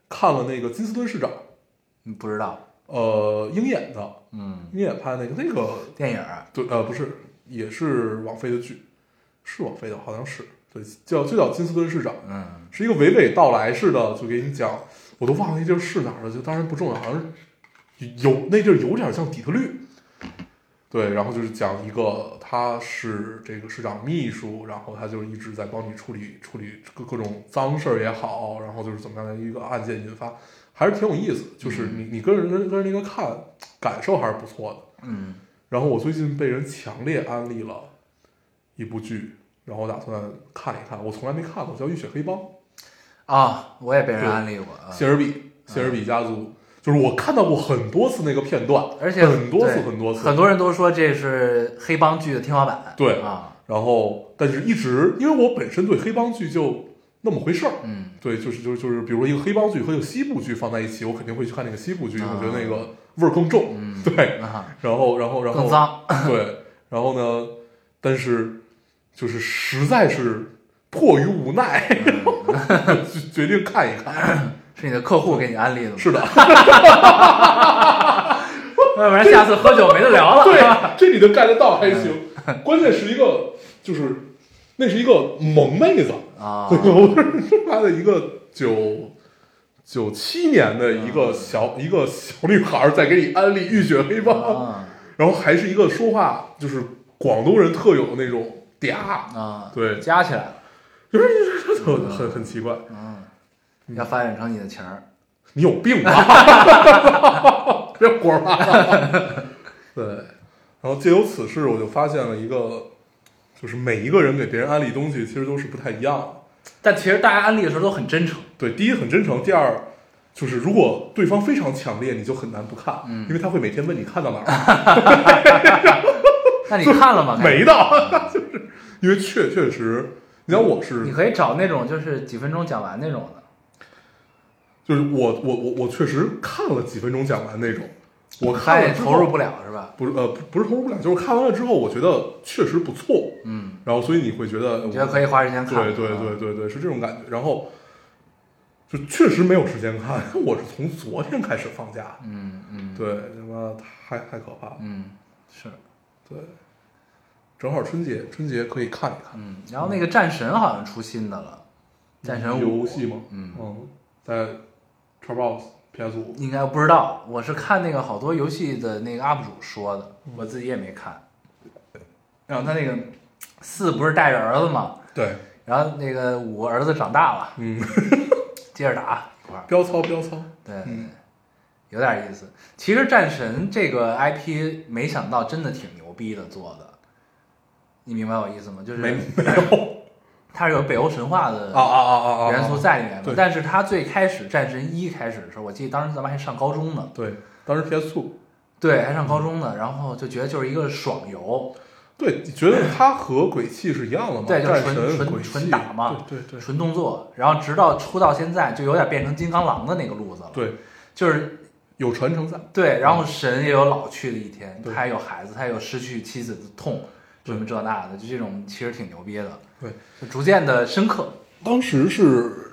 看了那个金斯顿市长，
*laughs* 嗯不知道，
呃，鹰眼的
嗯，
鹰眼拍那个那个
电影儿啊
对呃不是也是网飞的剧，是网飞的，好像是对叫就叫金斯顿市长，
嗯，
是一个娓娓道来式的，就给你讲，我都忘了那地儿是哪儿了，就当然不重要，好像是有那地儿有点像底特律。对，然后就是讲一个，他是这个市长秘书，然后他就是一直在帮你处理处理各各种脏事儿也好，然后就是怎么样的一个案件引发，还是挺有意思。就是你你跟人跟跟人那个看，感受还是不错的。
嗯
然后我最近被人强烈安利了一部剧，然后我打算看一看，我从来没看过，叫《浴血黑帮》。
啊，我也被人安利过，啊
谢尔比，谢尔比家族，就是我看到过很多次那个片段，
而且
很多次
对
很多次，
很多人都说这是黑帮剧的天花板，
对
啊，
然后，但是一直因为我本身对黑帮剧就那么回事儿，
嗯，
对，就是就是就是，比如说一个黑帮剧和一个西部剧放在一起，我肯定会去看那个西部剧，
啊
我觉得那个味儿更重，
嗯
*laughs* 对，
啊，
然后然后然
更
后
脏，
对，然后呢，但是就是实在是迫于无奈，然后
嗯
*laughs* 就决定看一看，
是你的客户给你安利的吗？
是的。
要不然下次喝酒没得聊 *laughs* 了。
*laughs* 对，这你都 get 得到还行。
哎
关键是一个，就是那是一个萌妹子，
啊，
*laughs* 我是他的一个九九七年的一
啊
个小一个小女孩在给你安利《浴血黑帮》，
啊
然后还是一个说话就是广东人特有那种嗲，
啊，
对
加起来了，
就是很很很奇怪。
嗯，要发展成你的情儿，
你有
*laughs*
病吧？别胡说八道。
*laughs*
对，然后借由此事，我就发现了一个，就是每一个人给别人安利东西，其实都是不太一样的。
但其实大家安利的时候都很真诚，
对，第一很真诚，第二就是如果对方非常强烈，你就很难不看，
嗯
因为他会每天问你看到哪
*laughs*
儿，
那你看了吗？
没到， *laughs* 就是因为确确实，你像我是
你可以找那种就是几分钟讲完那种的，
就是我我我我确实看了几分钟讲完那种，我
他
看了
也
之
投
后
入不了是吧？
不是呃不不是投入不了，就是看完了之后，我觉得确实不错，
嗯，
然后所以你会觉得
你觉得可以啊花时间看？
对对对对对，是这种感觉。然后就确实没有时间看， *laughs* 我是从昨天开始放假。
嗯嗯
对，他妈太太可怕了。
嗯是
对，正好春节，春节可以看一看。
嗯，然后那个战神好像出新的了，战神五
游戏吗？
嗯
在 Xbox、PS 五
应该不知道，我是看那个好多游戏的那个 UP 主说的，我自己也没看。然后他那个四不是带着儿子嘛，
对，
然后那个五儿子长大了，
嗯，
接着打一块儿，
飙操飙操，
对，
嗯
有点意思。其实战神这个 IP 没想到真的挺牛逼的做的，你明白我意思吗？就
没
是
没有 *laughs*
它是有北欧神话的
啊啊啊啊啊！
元素在里面嘛，
对
但是它最开始战神一开始的时候，我记得当时咱们还上高中呢，
对，当时 PS 五。嗯
对，还上高中呢，然后就觉得就是一个爽游，
对，你觉得它和鬼泣是一样的吗？
对就是
战
纯
神
纯
鬼泣
纯打嘛
对对对
纯动作，然后直到出到现在就有点变成金刚狼的那个路子了，
对，
就是
有传承在，
对，然后神也有老去的一天，
嗯对
他也有孩子，他也有失去妻子的痛，什么这那的，就这种其实挺牛逼的，
对，
就逐渐的深刻。
当时是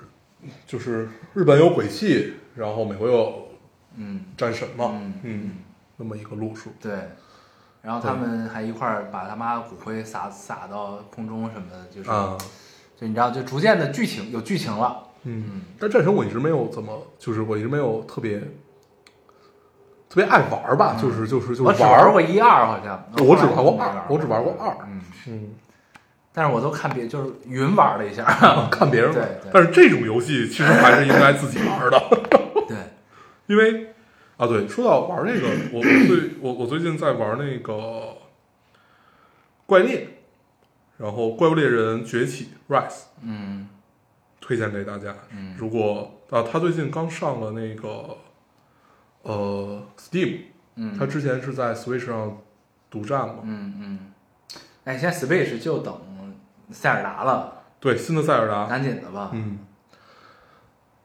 就是日本有鬼泣，然后美国有
嗯，
战神嘛，
嗯
嗯，那么一个路数，
对。然后他们还一块儿把他妈骨灰撒撒到空中什么的，就是，
啊，
就你知道，就逐渐的剧情有剧情了。
嗯，但战神我一直没有怎么，就是我一直没有特别特别爱玩儿吧，就是就是就是
嗯我只
儿
玩过一二，好像
我只
后来
玩过
没
二我只玩过二
嗯，
嗯，
但是我都看别就是云玩了一下， *laughs*
看别人玩
对对
但是这种游戏其实还是应该自己玩儿的，
对，
因为啊，对，说到玩儿这个，我我最我我最近在玩儿那个怪猎，然后怪物猎人崛起 Rise，
嗯
推荐给大家。
嗯
如果啊，他最近刚上了那个呃 Steam，
嗯，
他之前是在 Switch 上独占嘛？
嗯嗯，哎，现在 Switch 就等塞尔达了，
对，新的塞尔达，
赶紧的吧。
嗯，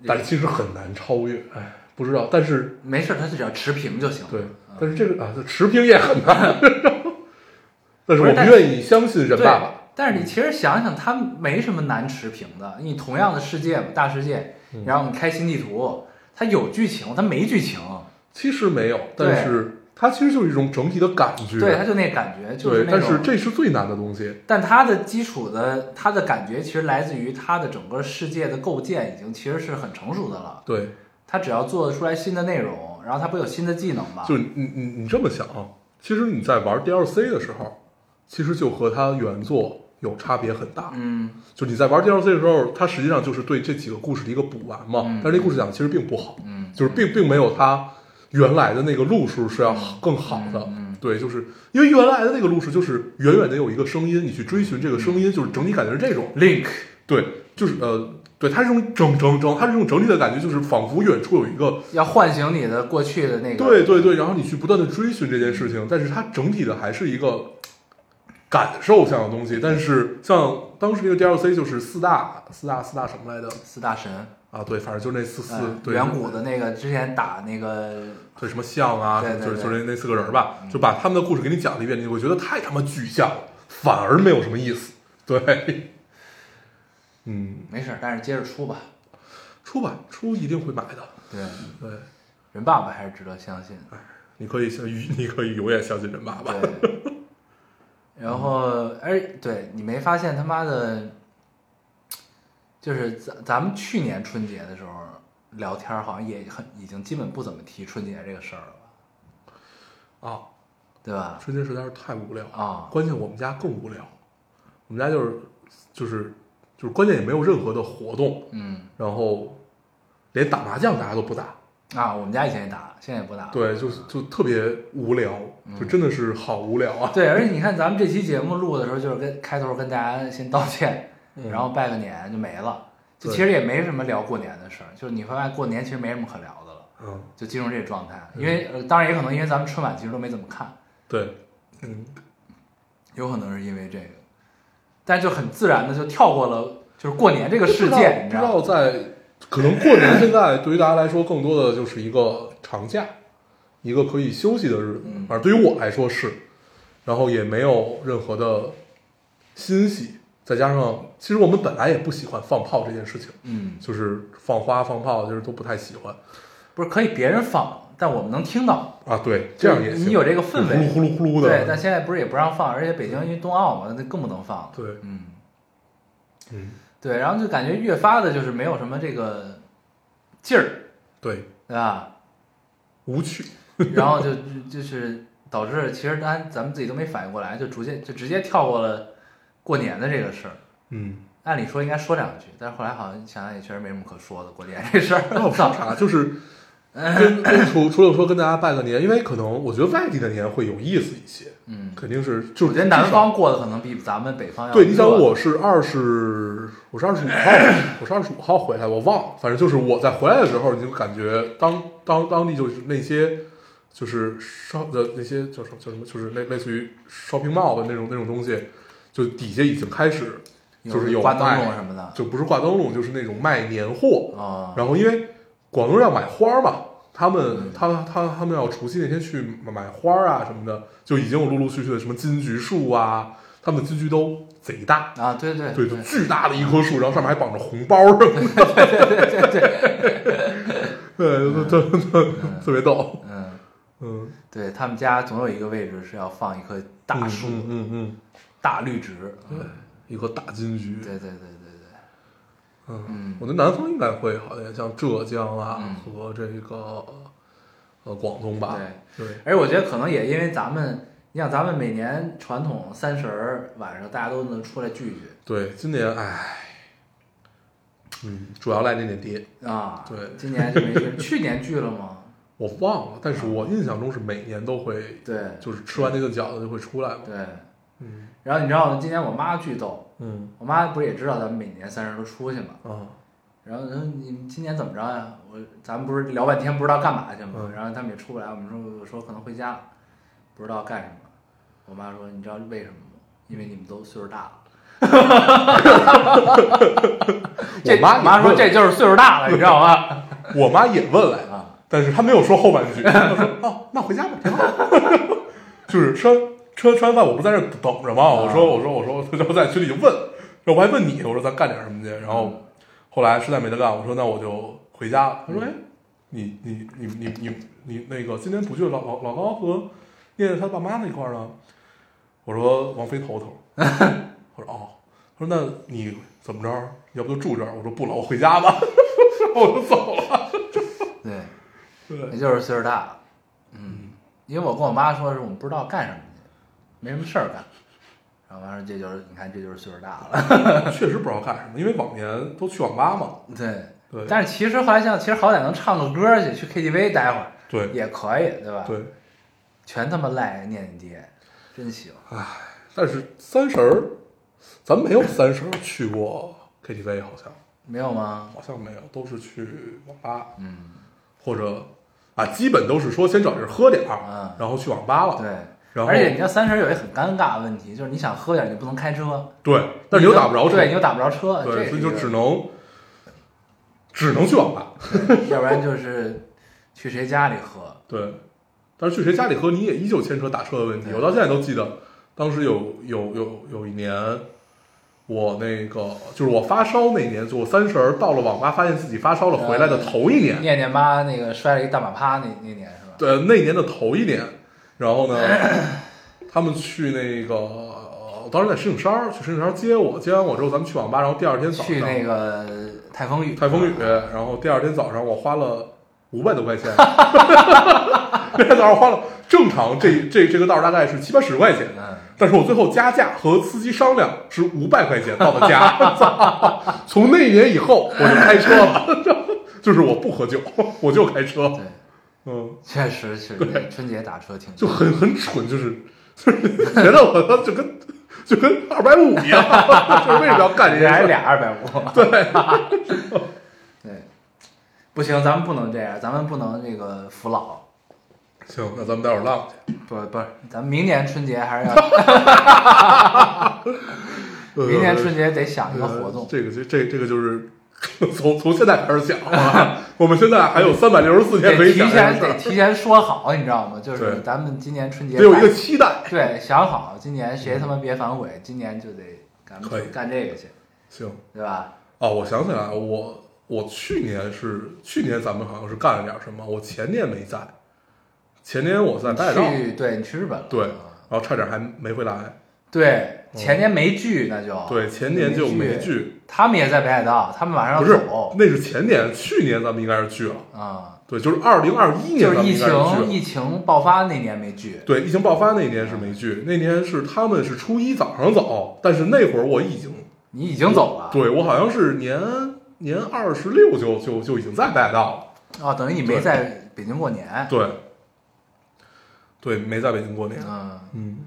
但
也
其实很难超越，哎，不知道，但是
没事，它就只要持平就行。
对，但是这个啊，持平也很难。 *laughs* 但是我
不
们
是
愿意相信人
对
爸爸。
但是你其实想想，它没什么难持平的。你同样的世界嘛，大世界，然后你开新地图，它有剧情，它没剧情，
其实没有，
对
但是它其实就是一种整体的感觉。
对，它就那感觉，就是那
对但是
种。
这是最难的东西。
但它的基础的，它的感觉其实来自于它的整个世界的构建已经其实是很成熟的了。
对，
它只要做出来新的内容，然后它不有新的技能吗？
就是你你你你这么想啊，其实你在玩 DLC 的时候，其实就和它原作有差别很大。
嗯，
就你在玩 DLC 的时候，它实际上就是对这几个故事的一个补完嘛。
嗯
但是这故事讲的其实并不好，
嗯
就是并并没有它原来的那个路数是要更好的。
嗯嗯
对，就是因为原来的那个路数就是远远的有一个声音，你去追寻这个声
嗯
音，就是整体感觉是这种。
Link，
对，就是呃，对，它是一种整整整，它是一种整体的感觉，就是仿佛远处有一个。
要唤醒你的过去的那个。
对对对，然后你去不断的追寻这件事情，但是它整体的还是一个感受上的东西。但是像当时那个 DLC 就是四大四大四大什么来着？
四大神，
啊，对，反正就那四四、
呃
对
远古的那个之前打那个，
对什么像啊，
对对
就是
对嗯
就是那那四个人吧，就把他们的故事给你讲了一遍，你会觉得太他妈具象了，反而没有什么意思。对， *laughs* 嗯，
没事儿，但是接着出吧。
出吧，出一定会买的。
对，
对，
人爸爸还是值得相信。
*laughs* 你可以相，你可以永远相信人爸爸。
对。然后，哎，对你没发现他妈的，就是咱咱们去年春节的时候聊天，好像也很已经基本不怎么提春节这个事儿了吧，
啊，
对吧？
春节实在是太无聊了
啊
关键我们家更无聊，我们家就是就是就是关键也没有任何的活动，
嗯，
然后连打麻将大家都不打，
啊，我们家以前也打，现在也不打了。
对，就是就特别无聊，
嗯
就真的是好无聊啊。
对，而且你看咱们这期节目录的时候，就是跟开头跟大家先道歉，
嗯
然后拜个年就没了。就其实也没什么聊过年的事儿，就是你发现过年其实没什么可聊的了，
嗯，
就进入这个状态。因为、呃当然也可能因为咱们春晚其实都没怎么看，
对，嗯，
有可能是因为这个，但就很自然的就跳过了就是过年这个事
不知道
件，你
不
知
知
道
道
吗？
在可能过年现在对于大家来说，更多的就是一个长假，一个可以休息的日子，
嗯
反正对于我来说是，然后也没有任何的欣喜，再加上其实我们本来也不喜欢放炮这件事情，
嗯，
就是放花放炮，就是都不太喜欢
不是可以别人放，但我们能听到，
啊。对，这样也行，
你有这个氛围
呼噜呼噜呼噜
对。
的，
但现在不是也不让放，而且北京因为冬奥嘛，那更不能放了。
对，
嗯。
嗯，
对，然后就感觉越发的就是没有什么这个劲儿，
对，
对吧？
无趣，
然后就就是导致其实咱咱们自己都没反应过来，就逐渐就直接跳过了过年的这个事儿。
嗯。
按理说应该说两句，但是后来好像想想也确实没什么可说的，过年这事儿。
那我
*laughs*
说啥？就是跟跟除除了说跟大家拜个年，因为可能我觉得外地的年会有意思一些，
嗯，
肯定是就
我觉
是
得
至
南
少
方过得可能比咱们北方要
对，你想
热闹
我是二十，我是二十五号，我是二十五号回来，我忘了，反正就是我在回来的时候，你就感觉当当当地就是那些就是烧的那些叫什么叫什么，就是类类似于 shopping mall 的那种那种东西，就底下已经开始就是有
有关灯
卖
笼什么的
就不是挂灯笼，就是那种卖年货，
啊，
然后因为广东要买花嘛，他
嗯
们他他他们要除夕那天去买花儿啊什么的，就已经有陆陆续续的什么金桔树啊，他们的金桔都贼大，
啊，对对
对，就
对
巨大的一棵树，然后上面还绑着红包什
*laughs*
么的，对对对对对，特别逗，
嗯，
嗯，
对他们家总有一个位置是要放一棵大树、
嗯嗯嗯，
大绿植。
嗯对，一棵大金桔，
对对对对
嗯
嗯，
我觉得南方应该会好一点，像浙江啊、
嗯
和这个呃广东吧，
对对。
对，
而且我觉得可能也因为咱们，你像咱们每年传统三十儿晚上大家都能出来聚聚
对，今年唉，嗯，主要赖那点跌，
啊。
对
今年就没
*laughs*
聚，去年聚了吗？
我忘了，但是我印象中是每年都会，
对
就是吃完那顿饺子就会出来嘛。
对。
嗯
然后你知道今年我妈巨逗，
嗯
我妈不是也知道咱们每年三十都出去嘛？
啊
然后她说嗯你们今年怎么着呀？我咱们不是聊半天不知道干嘛去嘛？
嗯
然后他们也出不来，我们说我说可能回家了，不知道干什么。我妈说你知道为什么吗？因为你们都岁数大 *laughs* 了。这
我妈也
妈说
问
这就是岁数大了，你知道吗？
我妈也问来
*laughs*
了，
啊，
但是她没有说后半句，她说哦，那回家吧，挺好。 *laughs* 就是吃完吃完吃完饭，我不在这儿等着嘛，我说我说我说，她就在群里就问，然后我还问你，我说咱干点什么去，然后后来实在没得干，我说那我就回家了。她说哎，你你你你你你那个今天不去老老老高和念念他爸妈那块儿呢？我说王菲头头，我说哦，他说那你怎么着？要不就住这儿？我说不了，我回家吧， *laughs* 我就走了。
对，也
对，
就是岁数大了。嗯，因为我跟我妈说是我们不知道干什么去，没什么事儿干。然后我妈说这就是你看这就是岁数大了。 *laughs*
*laughs* 确实不知道干什么，因为往年都去网吧嘛。
对，
对，
但是其实后来想，其实好歹能唱个歌去，去 KTV 待会儿
对
也可以，对吧？，
对，
全他妈赖念念爹，真行。
但是三十儿，咱没有三十儿去过 KTV，好像
没有吗？
好像没有，都是去网吧
嗯，
或者啊，基本都是说先找地儿喝点儿，
嗯
然后去网吧了。
对。
啊然后
而且你知道三十有一个很尴尬的问题，就是你想喝点，你不能开车，
对，但是你又
你就
打不着车，
对，你又打不着车，这
对，
是
所以
一
就
个
只能只能去网吧。
对要不然就是去谁家里喝，
对，但是去谁家里喝，你也依旧牵扯打车的问题。
对
我到现在都记得，当时有有有有一年，我那个就是我发烧那年，就我三十儿到了网吧，发现自己发烧了，回来的头一年，
念念妈呃那个摔了一大马趴那那年是吧？
对，那年的头一年，然后呢，他们去那个，呃当时在石景山儿，去石景山儿接我，接完我之后，咱们去网吧，然后第二天早上
去那个台风雨，
台风雨，然后第二天早上我花了五百多
*laughs*
块钱，那天早上花了正常这这这个道儿大概是七八十块钱，
嗯，
但是我最后加价和司机商量是五百块钱到
*laughs*
的家。从那一年以后我就开车了， *laughs* 就是我不喝酒，我就开车
对，，
嗯，
确实是
对
春节打车挺
就很很蠢，就是 *laughs* 就是觉得我就跟就跟二百五一样， *laughs* 就是为什么要干这
这
件
还是
事儿？
俩二百
*laughs*
五。对， *laughs* 对，不行，咱们不能这样，咱们不能这个服老。
行，那咱们待会儿浪去。
不不是，咱们明年春节还是
*laughs*
要，明年春节得想一个活
呃
动。
这个这这这个就是 *laughs* 从从现在开始讲啊，我们现在还有三百六十四天
得
可以
提
讲呃这
前
件事
得
儿，
提前说好，你知道吗？就
对
是咱们今年春节
得有一个
把
期待。
对想好，今年谁他妈别反悔，今年就得咱们
可以
去干这个去，
行
对吧？
哦，我想起来，我我去年是去年咱们好像是干了点什么，我前年没在，前年我在北海道，
去啊对你去日本了，
对，然后差点还没回来，
对，前年没聚那就
对，前年就没
没，
聚，
他们也在北海道，他们马上
不
要
是
走，
那是前年，去年咱们应该是聚了，
啊，
对，就是二零二一年
就
咱
是
们
疫
应该是
情
聚了。
疫情爆发那年没聚，
对，疫情爆发那年是没聚，那年是他们是初一早上走，但是那会儿我已经
你已经走了，
对我好像是年年二十六就就就已经在北海道了。
哦，等于你没
对
在北京过年，
对，对，没在北京过年。
嗯，
嗯，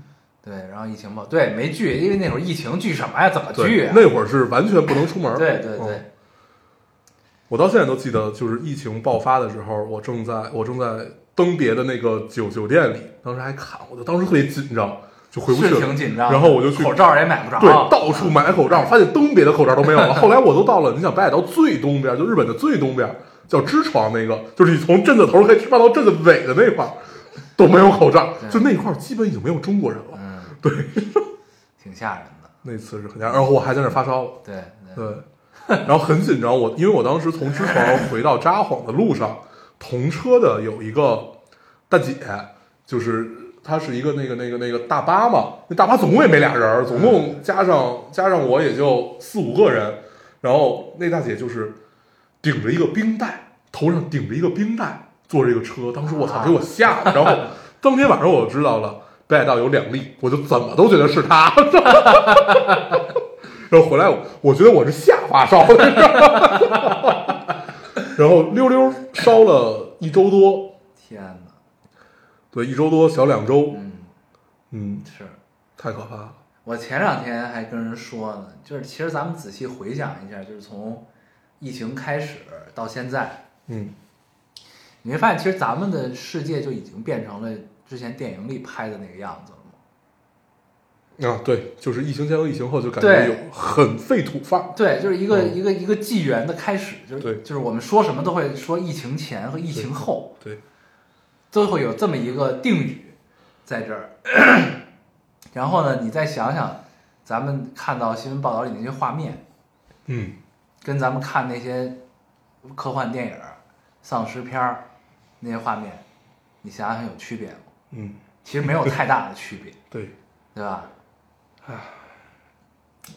对，然后疫情爆，对，没聚，因为那会儿疫情聚什么呀？怎么聚
对
啊，？
那会儿是完全不能出门。
对对
嗯
对，
我到现在都记得，就是疫情爆发的时候，我正在我正在登别的那个酒酒店里，当时还看，我就当时特别紧张，就回不去
是
了。
挺紧张的。
然后我就去
口罩也买不着，
对，到处买口罩，发现东北的口罩都没有了。后来我都到了，你想北海道最东边，就日本的最东边，叫支床那个，就是你从镇子头可以吃饭到镇子尾的那块儿都没有口罩，就那一块儿基本已经没有中国人了。
嗯，
对，
*laughs* 挺吓人的。
那次是很吓人，然后我还在那儿发烧了。
对对，
对，然后很紧张。我因为我当时从支床回到札幌的路上，同车的有一个大姐，就是她是一个那个那个那个大巴嘛，那大巴总共也没俩人儿，总共加上加上我也就四五个人。然后那大姐就是顶着一个冰袋，头上顶着一个冰袋坐这个车，当时我操给 *laughs* 我吓的。然后当天晚上我就知道了北海道有两例，我就怎么都觉得是她。 *laughs* 然后回来我，我觉得我是下发烧的， *laughs* 你知道吗然后溜溜烧了一周多，
天哪，
对，一周多小两周，
嗯，
嗯，
是
太可怕了，
我前两天还跟人说呢，就是其实咱们仔细回想一下，就是从疫情开始到现在，
嗯，
你会发现其实咱们的世界就已经变成了之前电影里拍的那个样子了嘛。
啊，对，就是疫情前和疫情后就感觉
对
有很废土范儿，
对，就是一个、
嗯
一个一个纪元的开始，就是
对
就是我们说什么都会说疫情前和疫情后，
对，
都会有这么一个定语在这儿。 *coughs* 然后呢，你再想想咱们看到新闻报道里那些画面，
嗯，
跟咱们看那些科幻电影儿、丧尸片儿那些画面，你想想有区别吗？
嗯，
其实没有太大的区别，
对，
对吧？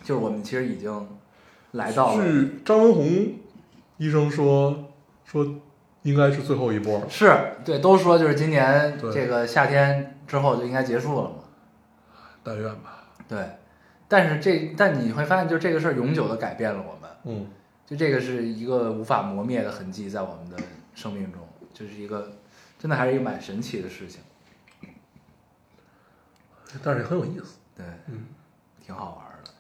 就是我们其实已经来到了，
据张文宏医生说，说应该是最后一波了，
是对，都说就是今年
对
这个夏天之后就应该结束了嘛，
但愿吧，
对。但是这，但你会发现，就这个事儿永久的改变了我们，
嗯，
就这个是一个无法磨灭的痕迹，在我们的生命中，就是一个真的还是一个蛮神奇的事情。
但是也很有意思，
对，
嗯，
挺好玩儿的。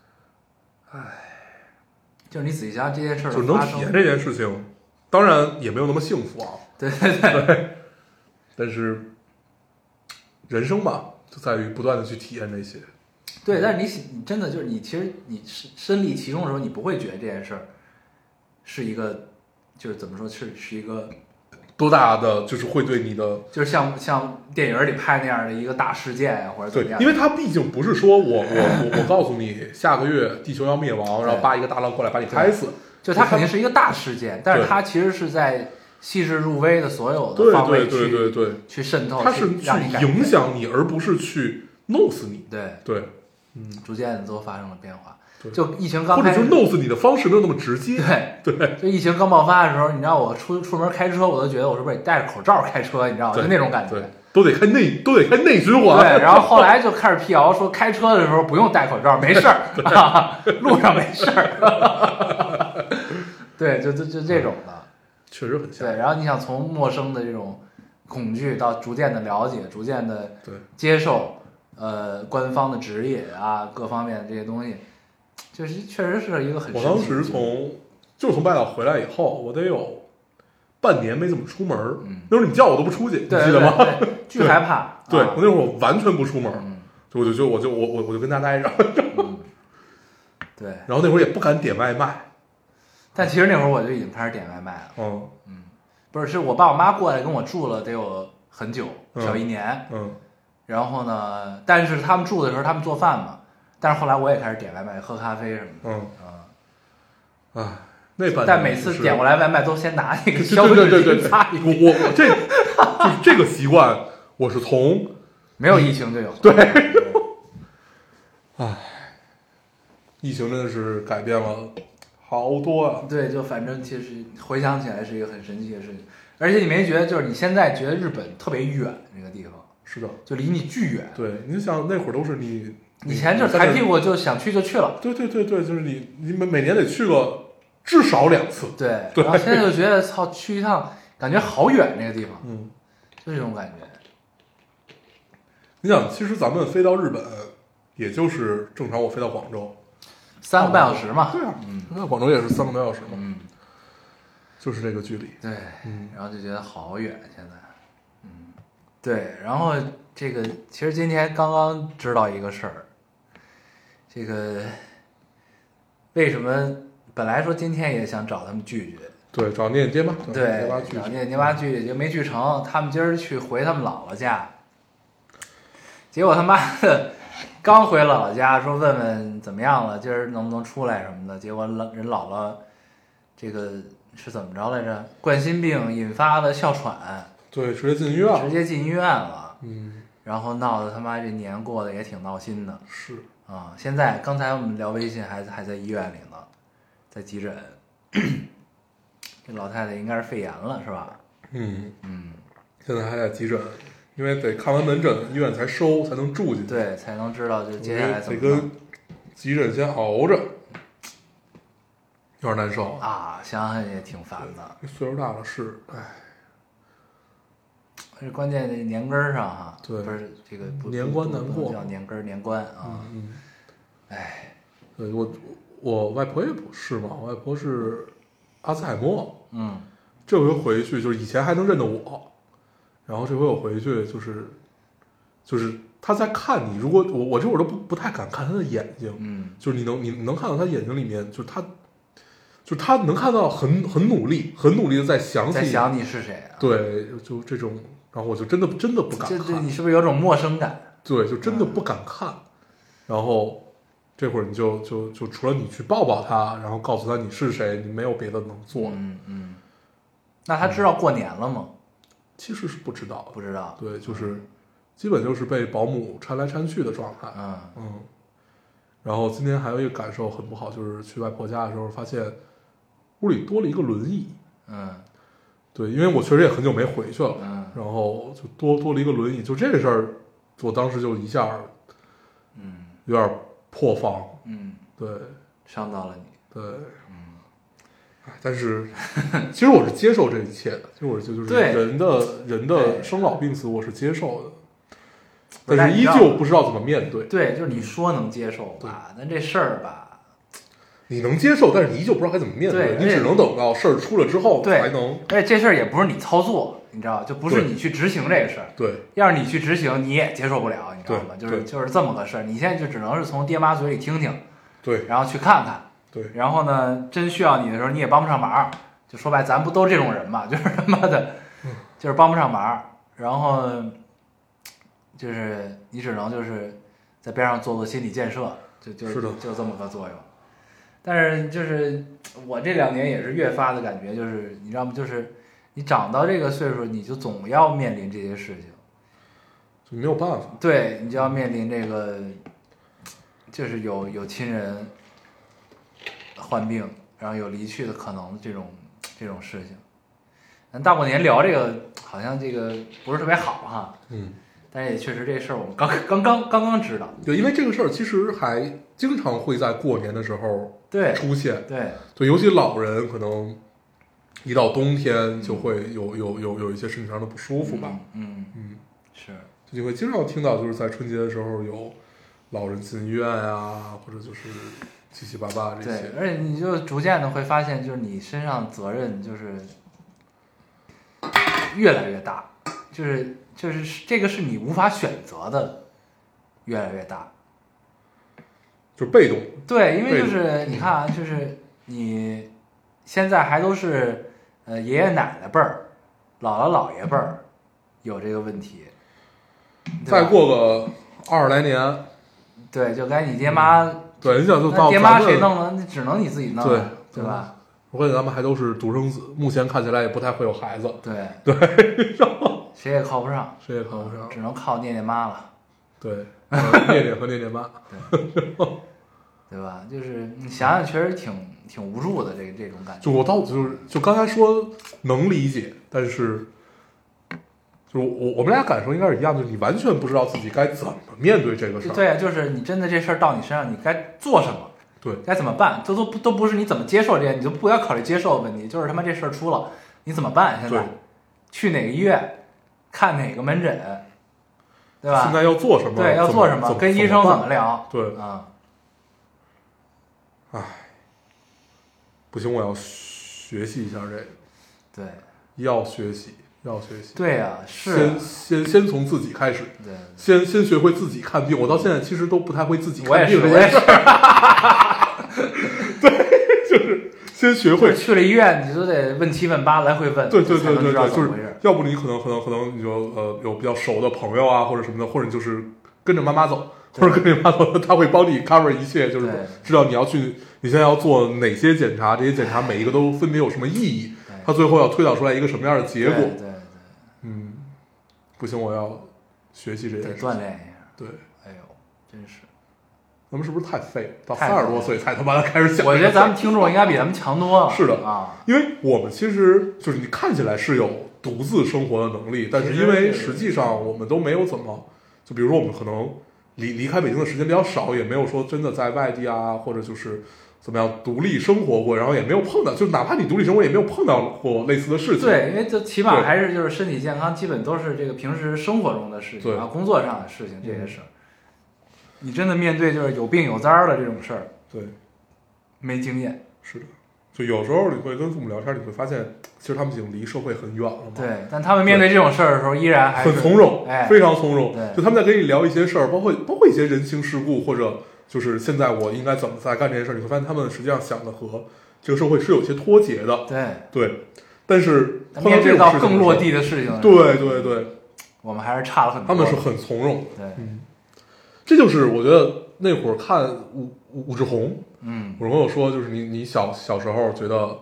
唉，就是你仔细想想这件事儿
就是
的
能
发
体验
生，
这件事情，当然也没有那么幸福啊，
*laughs* 对对对，
但是人生吧，就在于不断的去体验这些。
对，但是你喜你真的就是你，其实你身身历其中的时候，你不会觉得这件事儿是一个，就是怎么说是是一个，
多大的就是会对你的
就是像像电影里拍那样的一个大事件啊，或者怎
对
么，样，
因为它毕竟不是说
*laughs*
我我我我告诉你下个月地球要灭亡，然后扒一个大浪过来把你拍死，
就它肯定是一个大事件，但是
对
它其实是在细致入微的所有
对
的方
对
位
对对
去
对，
去渗透，
它是
去让你
去
改变
影，响你，而不是去弄死你。
对，
对，嗯，
逐渐都发生了变化
对。
就疫情刚
或者
开始
就，弄死你的方式没有那么直接。
对
对，
就疫情刚爆发的时候，你让我出出门开车，我都觉得我是不是得戴着口罩开车，你知道吗？
对
哦就那种感觉。
对，都得开内都得开内循环。
对，然后后来就开始辟谣，说开车的时候不用戴口罩，没事儿，啊、路上没事儿。 *laughs* 对，就就就这种的。
确实很吓
对，
人。
然后你想从陌生的这种恐惧到逐渐的了解，逐渐的
对，
接受，呃，官方的指引啊，各方面的这些东西，就是确实是一个很
我
神
当
奇的经
时
历
从就是从外岛回来以后，我得有半年没怎么出门儿。
嗯
那时候你叫我都不出去，你
对
记得吗？ *laughs*
对对巨害怕。
对
啊
我那会儿我完全不出门儿，
嗯
就我就就我就我我我就跟他待着，
嗯，对。
然后那会儿也不敢点外卖，
但其实那会儿我就已经开始点外卖了，
嗯
不是，是我爸我妈过来跟我住了得有很久，
嗯
小一年。
嗯
然后呢，但是他们住的时候他们做饭嘛，但是后来我也开始点外卖，喝咖啡什么
嗯
的啊。
唉，那半年
但每次
就是
点过来外卖都先拿那个
对
消
对
毒
对对
纸
对，
擦一
我
遍，
我我这就这个习惯我是从
没有疫情就有。对，
疫情真的是改变了好多啊，
*laughs* 对，就反正其实回想起来是一个很神奇的事情，而且你没觉得就是你现在觉得日本特别远那个地方，
是的，
就离你巨远。
对，你就想那会儿都是你
以前就是抬屁，股就想去就去了，
你在这对对对对，就是你你每每年得去个至少两次，
对，
对
然后现在就觉得操，去一趟感觉好远那个地方，
嗯，
就这种感觉。
你想其实咱们飞到日本，也就是正常我飞到广州，
三个半小时嘛，
对啊，
嗯
那广州也是三个半小时嘛，
嗯，
就是这个距离。
对，
嗯
然后就觉得好远现在，嗯，对，然后这个其实今天刚刚知道一个事儿，这个为什么本来说今天也想找他们聚聚，
对，找聂隐爹妈，找聂隐
对
爹妈，去
找聂聂巴剧也就没剧成，他们今儿去回他们姥姥家，结果他妈的刚回姥姥家，说问问怎么样了，今儿能不能出来什么的，结果老人姥姥这个是怎么着来着？冠心病引发的哮喘，
对，直接进医院了
直。接进医院了，
啊嗯，
然后闹得他妈这年过得也挺闹心的
是，
啊！现在刚才我们聊微信还还在医院里呢，在急诊， *coughs* 这老太太应该是肺炎了是吧？
嗯嗯，现在还在急诊，因为得看完门诊，医院才收，才能住进去。
对，才能知道就
我
接
觉
下
得
来怎
得
么
跟急诊先熬着，有点难受
弄。啊，想想也挺烦的。
岁数大了是，哎，
这关键这年根儿上哈，
对
不是这个不
年关
不
难
不
过
能叫年根儿年关啊，
嗯，
哎，
对我我外婆也不是嘛，我外婆是阿兹海默，
嗯，
这回回去就是以前还能认得我，然后这回我回去就是就是她在看你，如果我我这会儿都不不太敢看她的眼睛，
嗯
就是你能你能看到他眼睛里面，就是他，就是他能看到很很努力，很努力的在想
在
起，
想你是谁啊？，
对，就这种，然后我就真的真的不敢
这这
看
你，嗯是不是有种陌生感？
对，就真的不敢看。然后这会儿你就就就除了你去抱抱他，然后告诉他你是谁，你没有别的能做，
嗯嗯，那他知道过年了吗？
其实是不知道的，
不知道，
对，就是基本就是被保姆搀来搀去的状态，
嗯
嗯，然后今天还有一个感受很不好，就是去外婆家的时候发现屋里多了一个轮椅。
嗯
对，因为我确实也很久没回去了，
嗯
然后就多多了一个轮椅，就这事儿，我当时就一下
嗯
有点破防。
嗯，
对
伤到了你，
对，嗯，但是其实我是接受这一切的，其实我是就是
对
人的人的
对
生老病死我是接受的，
不是
但是依
你知道
旧不知道怎么面对。
对，就是你说能接受吧，但这事儿吧，
你能接受，但是你依旧不知道该怎么面
对
你只
而且
能等到事儿出了之后
对
才能
而且哎这事儿也不是你操作，你知道，就不是
对
你去执行这个事儿。
对
要是你去执行，你也接受不了，你知道吗？
对
就是
对
就是这么个事儿。你现在就只能是从爹妈嘴里听听，
对
然后去看看，
对
然后呢，真需要你的时候你也帮不上忙。就说白，咱不都这种人嘛， *laughs* 就是他妈的，就是帮不上忙。然后就是你只能就是在边上做做心理建设，就就是
的
就这么个作用。但是就是我这两年也是越发的感觉，就是你知道吗？就是你长到这个岁数，你就总要面临这些事情。
就没有办法。
对你就要面临这个，就是有有亲人患病，然后有离去的可能这种这种事情。咱大过年聊这个，好像这个不是特别好哈，
嗯，
但是也确实这事儿我们刚刚刚刚刚知道。
对，因为这个事儿其实还经常会在过年的时候
对
出现。
对
对，尤其老人可能一到冬天就会有有有有一些身体上的不舒服吧。，
嗯，嗯
嗯，
是，
就你会经常听到，就是在春节的时候有老人进医院啊，或者就是七七八八这
对
些，。
而且你就逐渐的会发现，就是你身上责任就是越来越大，就是就是这个是你无法选择的，越来越大。
就是被动。
对，因为
对
就是你看啊，就是你现在还都是呃爷爷奶奶辈儿、姥姥姥爷辈儿有这个问题，对吧
再过个二十来年，
对，就该你爹妈，
对，你想就
那
到
爹妈
咱
谁
们
弄呢？那只能你自己弄啊，
对
对吧？
我感觉咱们还都是独生子，目前看起来也不太会有孩子，
对对，谁也靠不上，
谁也看不啊上
只。能靠念念妈了，
对，呃念念和念念妈，
对吧？就是你想想，确实挺挺无助的，这个这种感觉。
就我到就是就刚才说能理解，但是就是我我们俩感受应该是一样，就是你完全不知道自己该怎么面对这个事儿。
对，啊就是你真的这事儿到你身上，你该做什么？
对
该怎么办？这都不都不是你怎么接受这些，你就不要考虑接受的问题，就是他妈这事儿出了，你怎么办？啊现在
对
去哪个医院，看哪个门诊，对吧
现？在要做什么？
对，要做什
么？怎
跟医生怎么？
办
聊？
对，
啊、
不行，我要学习一下这个，
对，
要学习，要学习。
对呀、是啊
先，先先从自己开始，
对，
先先学会自己看病。我到现在其实都不太会自己
我
看
也
病
是，
这
我也
件
是
事儿，，先学
就
会
是去了医院，你都得问七问八，来回问，
对对
才
对
能
对
知道
对，
怎
就
么回事
是。要不你可能可能可能你就呃有比较熟的朋友啊或者什么的，或者你就是跟着妈妈走，或者跟着妈妈走，他会帮你 cover 一切，就是
对
知道你要去你现在要做哪些检查，这些检查每一个都分别有什么意义，他最后要推导出来一个什么样的结果
对。对
嗯，不行，我要学习这
对
件
得
事
锻
情。
炼一下。
对，
哎呦，真是，
咱们是不是太废了？到
太
三十多岁才他妈的开始想这个事儿。
我觉得咱们听众应该比咱们强多了。
是的
啊，
因为我们其实就是你看起来是有独自生活的能力，但是因为实际上我们都没有怎么，就比如说我们可能离离开北京的时间比较少，也没有说真的在外地啊，或者就是怎么样独立生活过，然后也没有碰到，就哪怕你独立生活也没有碰到过类似的事情。
对，因为这起码
对
还是就是身体健康，基本都是这个平时生活中的事情
对嗯
啊，工作上的事情这些事儿。你真的面对就是有病有灾儿的这种事儿，
对，
没经验。
是的，就有时候你会跟父母聊天，你会发现其实他们已经离社会很远了嘛。
对，但他们面对这种事儿的时候，依然还是
很从容，
哎，
非常从容
对。
就他们在跟你聊一些事儿，包括包括一些人情世故，或者就是现在我应该怎么在干这件事儿，你会发现他们实际上想的和这个社会是有些脱节的。
对。
对，但是碰
面对
这种
到
事情
更
的时
落
候，
地的事情，，
对对对，
我们还是差了很
他
多。
们是很从容。
对，
嗯，这就是我觉得那会儿看武武武志红，
嗯，
我跟我说，就是你你小小时候觉得，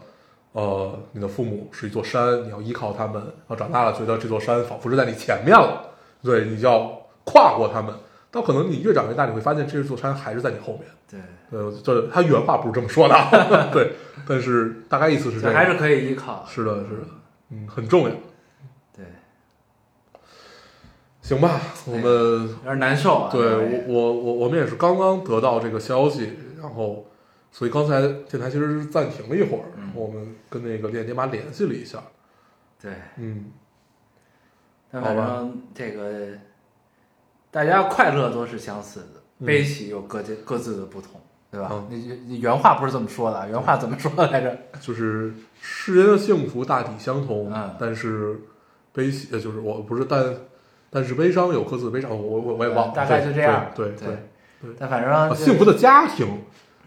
呃，你的父母是一座山，你要依靠他们；然后长大了觉得这座山仿佛是在你前面了，对，你就要跨过他们。但可能你越长越大，你会发现这座山还是在你后面。
对，
呃，这他原话不是这么说的啊，对，但是大概意思是
这
这样。
还是可以依靠。
是的，是的，嗯，很重要。
对，
行吧，我们
有点难受啊。
对
有
我
点
我我我们也是刚刚得到这个消息，然后所以刚才电台其实是暂停了一会儿，
嗯
然后我们跟那个链接妈联系了一下，
对，
嗯，
但反
好
正这个大家快乐都是相似的，
嗯
悲喜有各自各自的不同，对吧
嗯？
你你原话不是这么说的啊，原话怎么说来着？
就是世间的幸福大体相同，
嗯
但是悲喜呃就是我不是但但是悲伤有各自的悲伤，我我我也忘了，
嗯大概就这样。
对对
对
对，
但反正
啊
就是
幸福的家庭，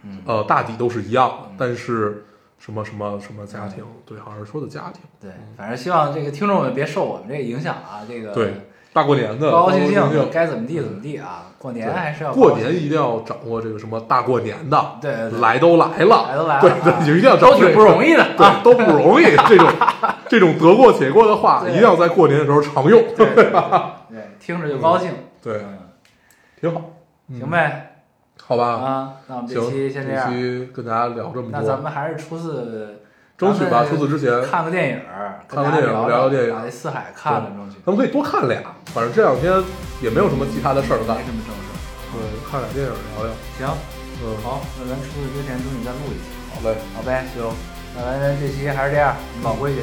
嗯
呃大抵都是一样的，但是什么什么什么家庭，
嗯
对，好像是说的家庭，
对，反正希望这个听众们别受我们这个影响啊，这个
对，大过年的
高高兴
兴
兴该怎么地怎么地啊，过年
对
还是要
过
高兴
年一定要掌握这个什么大过年的，
对对对
来都来了，
来都来了
对
啊
对，就一定要掌握
都挺不容易的
这个
啊
对，都不容易。这种
*laughs*
这种得过且过的话，
对
一定要在过年的时候常用，
对对对对，听着就高兴，
对，
嗯，
挺好，
行呗
好吧？
啊，那我们这
行，
期先这
这
样，
期跟大家聊这么
那咱
多，
们还是初四。
争取吧，
咱们
初四之前，
看个电影儿，跟大家
看个电影
聊
聊聊电影
把这四海看了，争取
咱们可以多看俩，反正这两天也没有什么其他的事儿干
没，什么正事。
对，看俩电影聊聊，
行，
嗯，
好，那咱出去之前争取再录一期，
好嘞，
好呗？
行，
那咱这期还是这样，我们老规矩，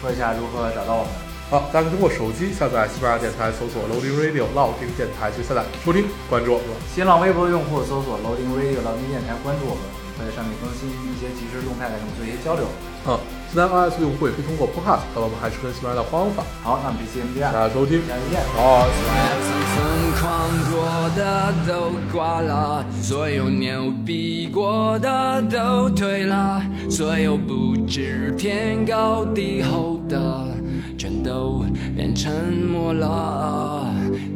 说一下如何找到我们。
好，啊大家可以通过手机下载喜马拉雅电台，搜索 Loading Radio 老听电台去下载收听，关注我们。
新浪微博用户搜索 Loading Radio 老丁电台，关注我们，我们会在上面更新一些即时动态，来跟我们做一些交流。
嗯，现在 iOS 用户也可以通过 Podcast 看到我们还是跟喜马拉雅的方法，
好，那我们这期先这样，
大家收听。
大家再见。
好。
疯狂过的都挂了，所有牛逼过的都退了，所有不知天高地厚的，全都变沉默了。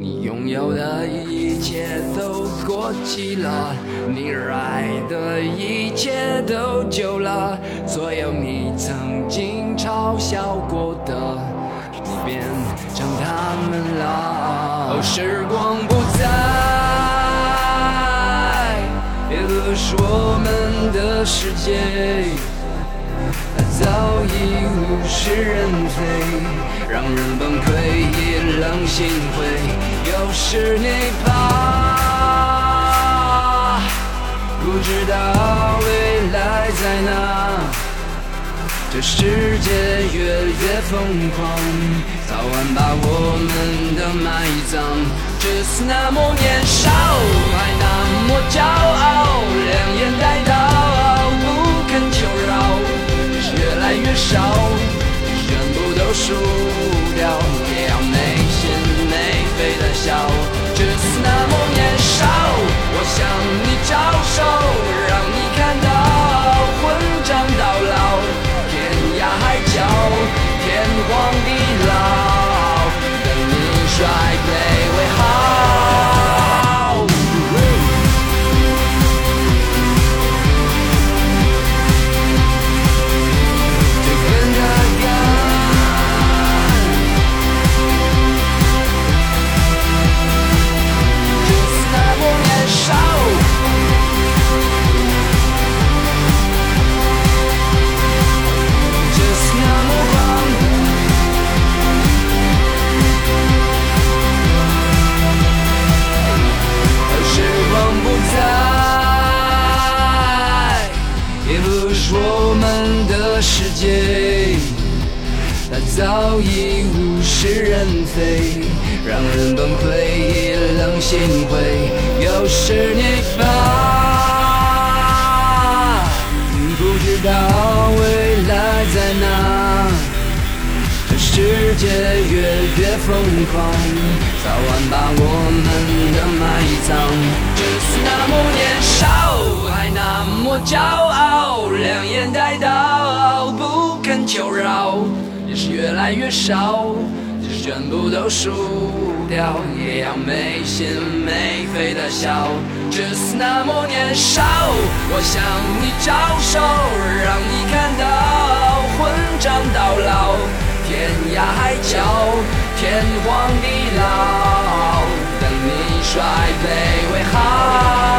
你拥有的一切都过期了，你热爱的一切都旧了，所有你曾经嘲笑过的。你变成他们了。哦，时光不再，也不是我们的世界，它早已物是人非，让人崩溃，一冷心灰。有时你怕，不知道未来在哪。这世界越来越疯狂，早晚把我们的埋葬。只是那么年少，还那么骄傲，两眼带刀，不肯求饶，越来越少，全部都输掉，也要没心没肺的笑。只是那么年少，我向你招手，让你看到混账到老。早已物是人非，让人崩溃，一冷心灰。有时你发，不知道未来在哪。这世界越越疯狂，早晚把我们的埋葬。就是那么年少，还那么骄傲，两眼带刀，不肯求饶，也是越来越少，就是全部都输掉，也要没心没肺的笑。就是那么年少，我向你招手，让你看到混账到老。天涯海角，天荒地老，等你衰卑为好。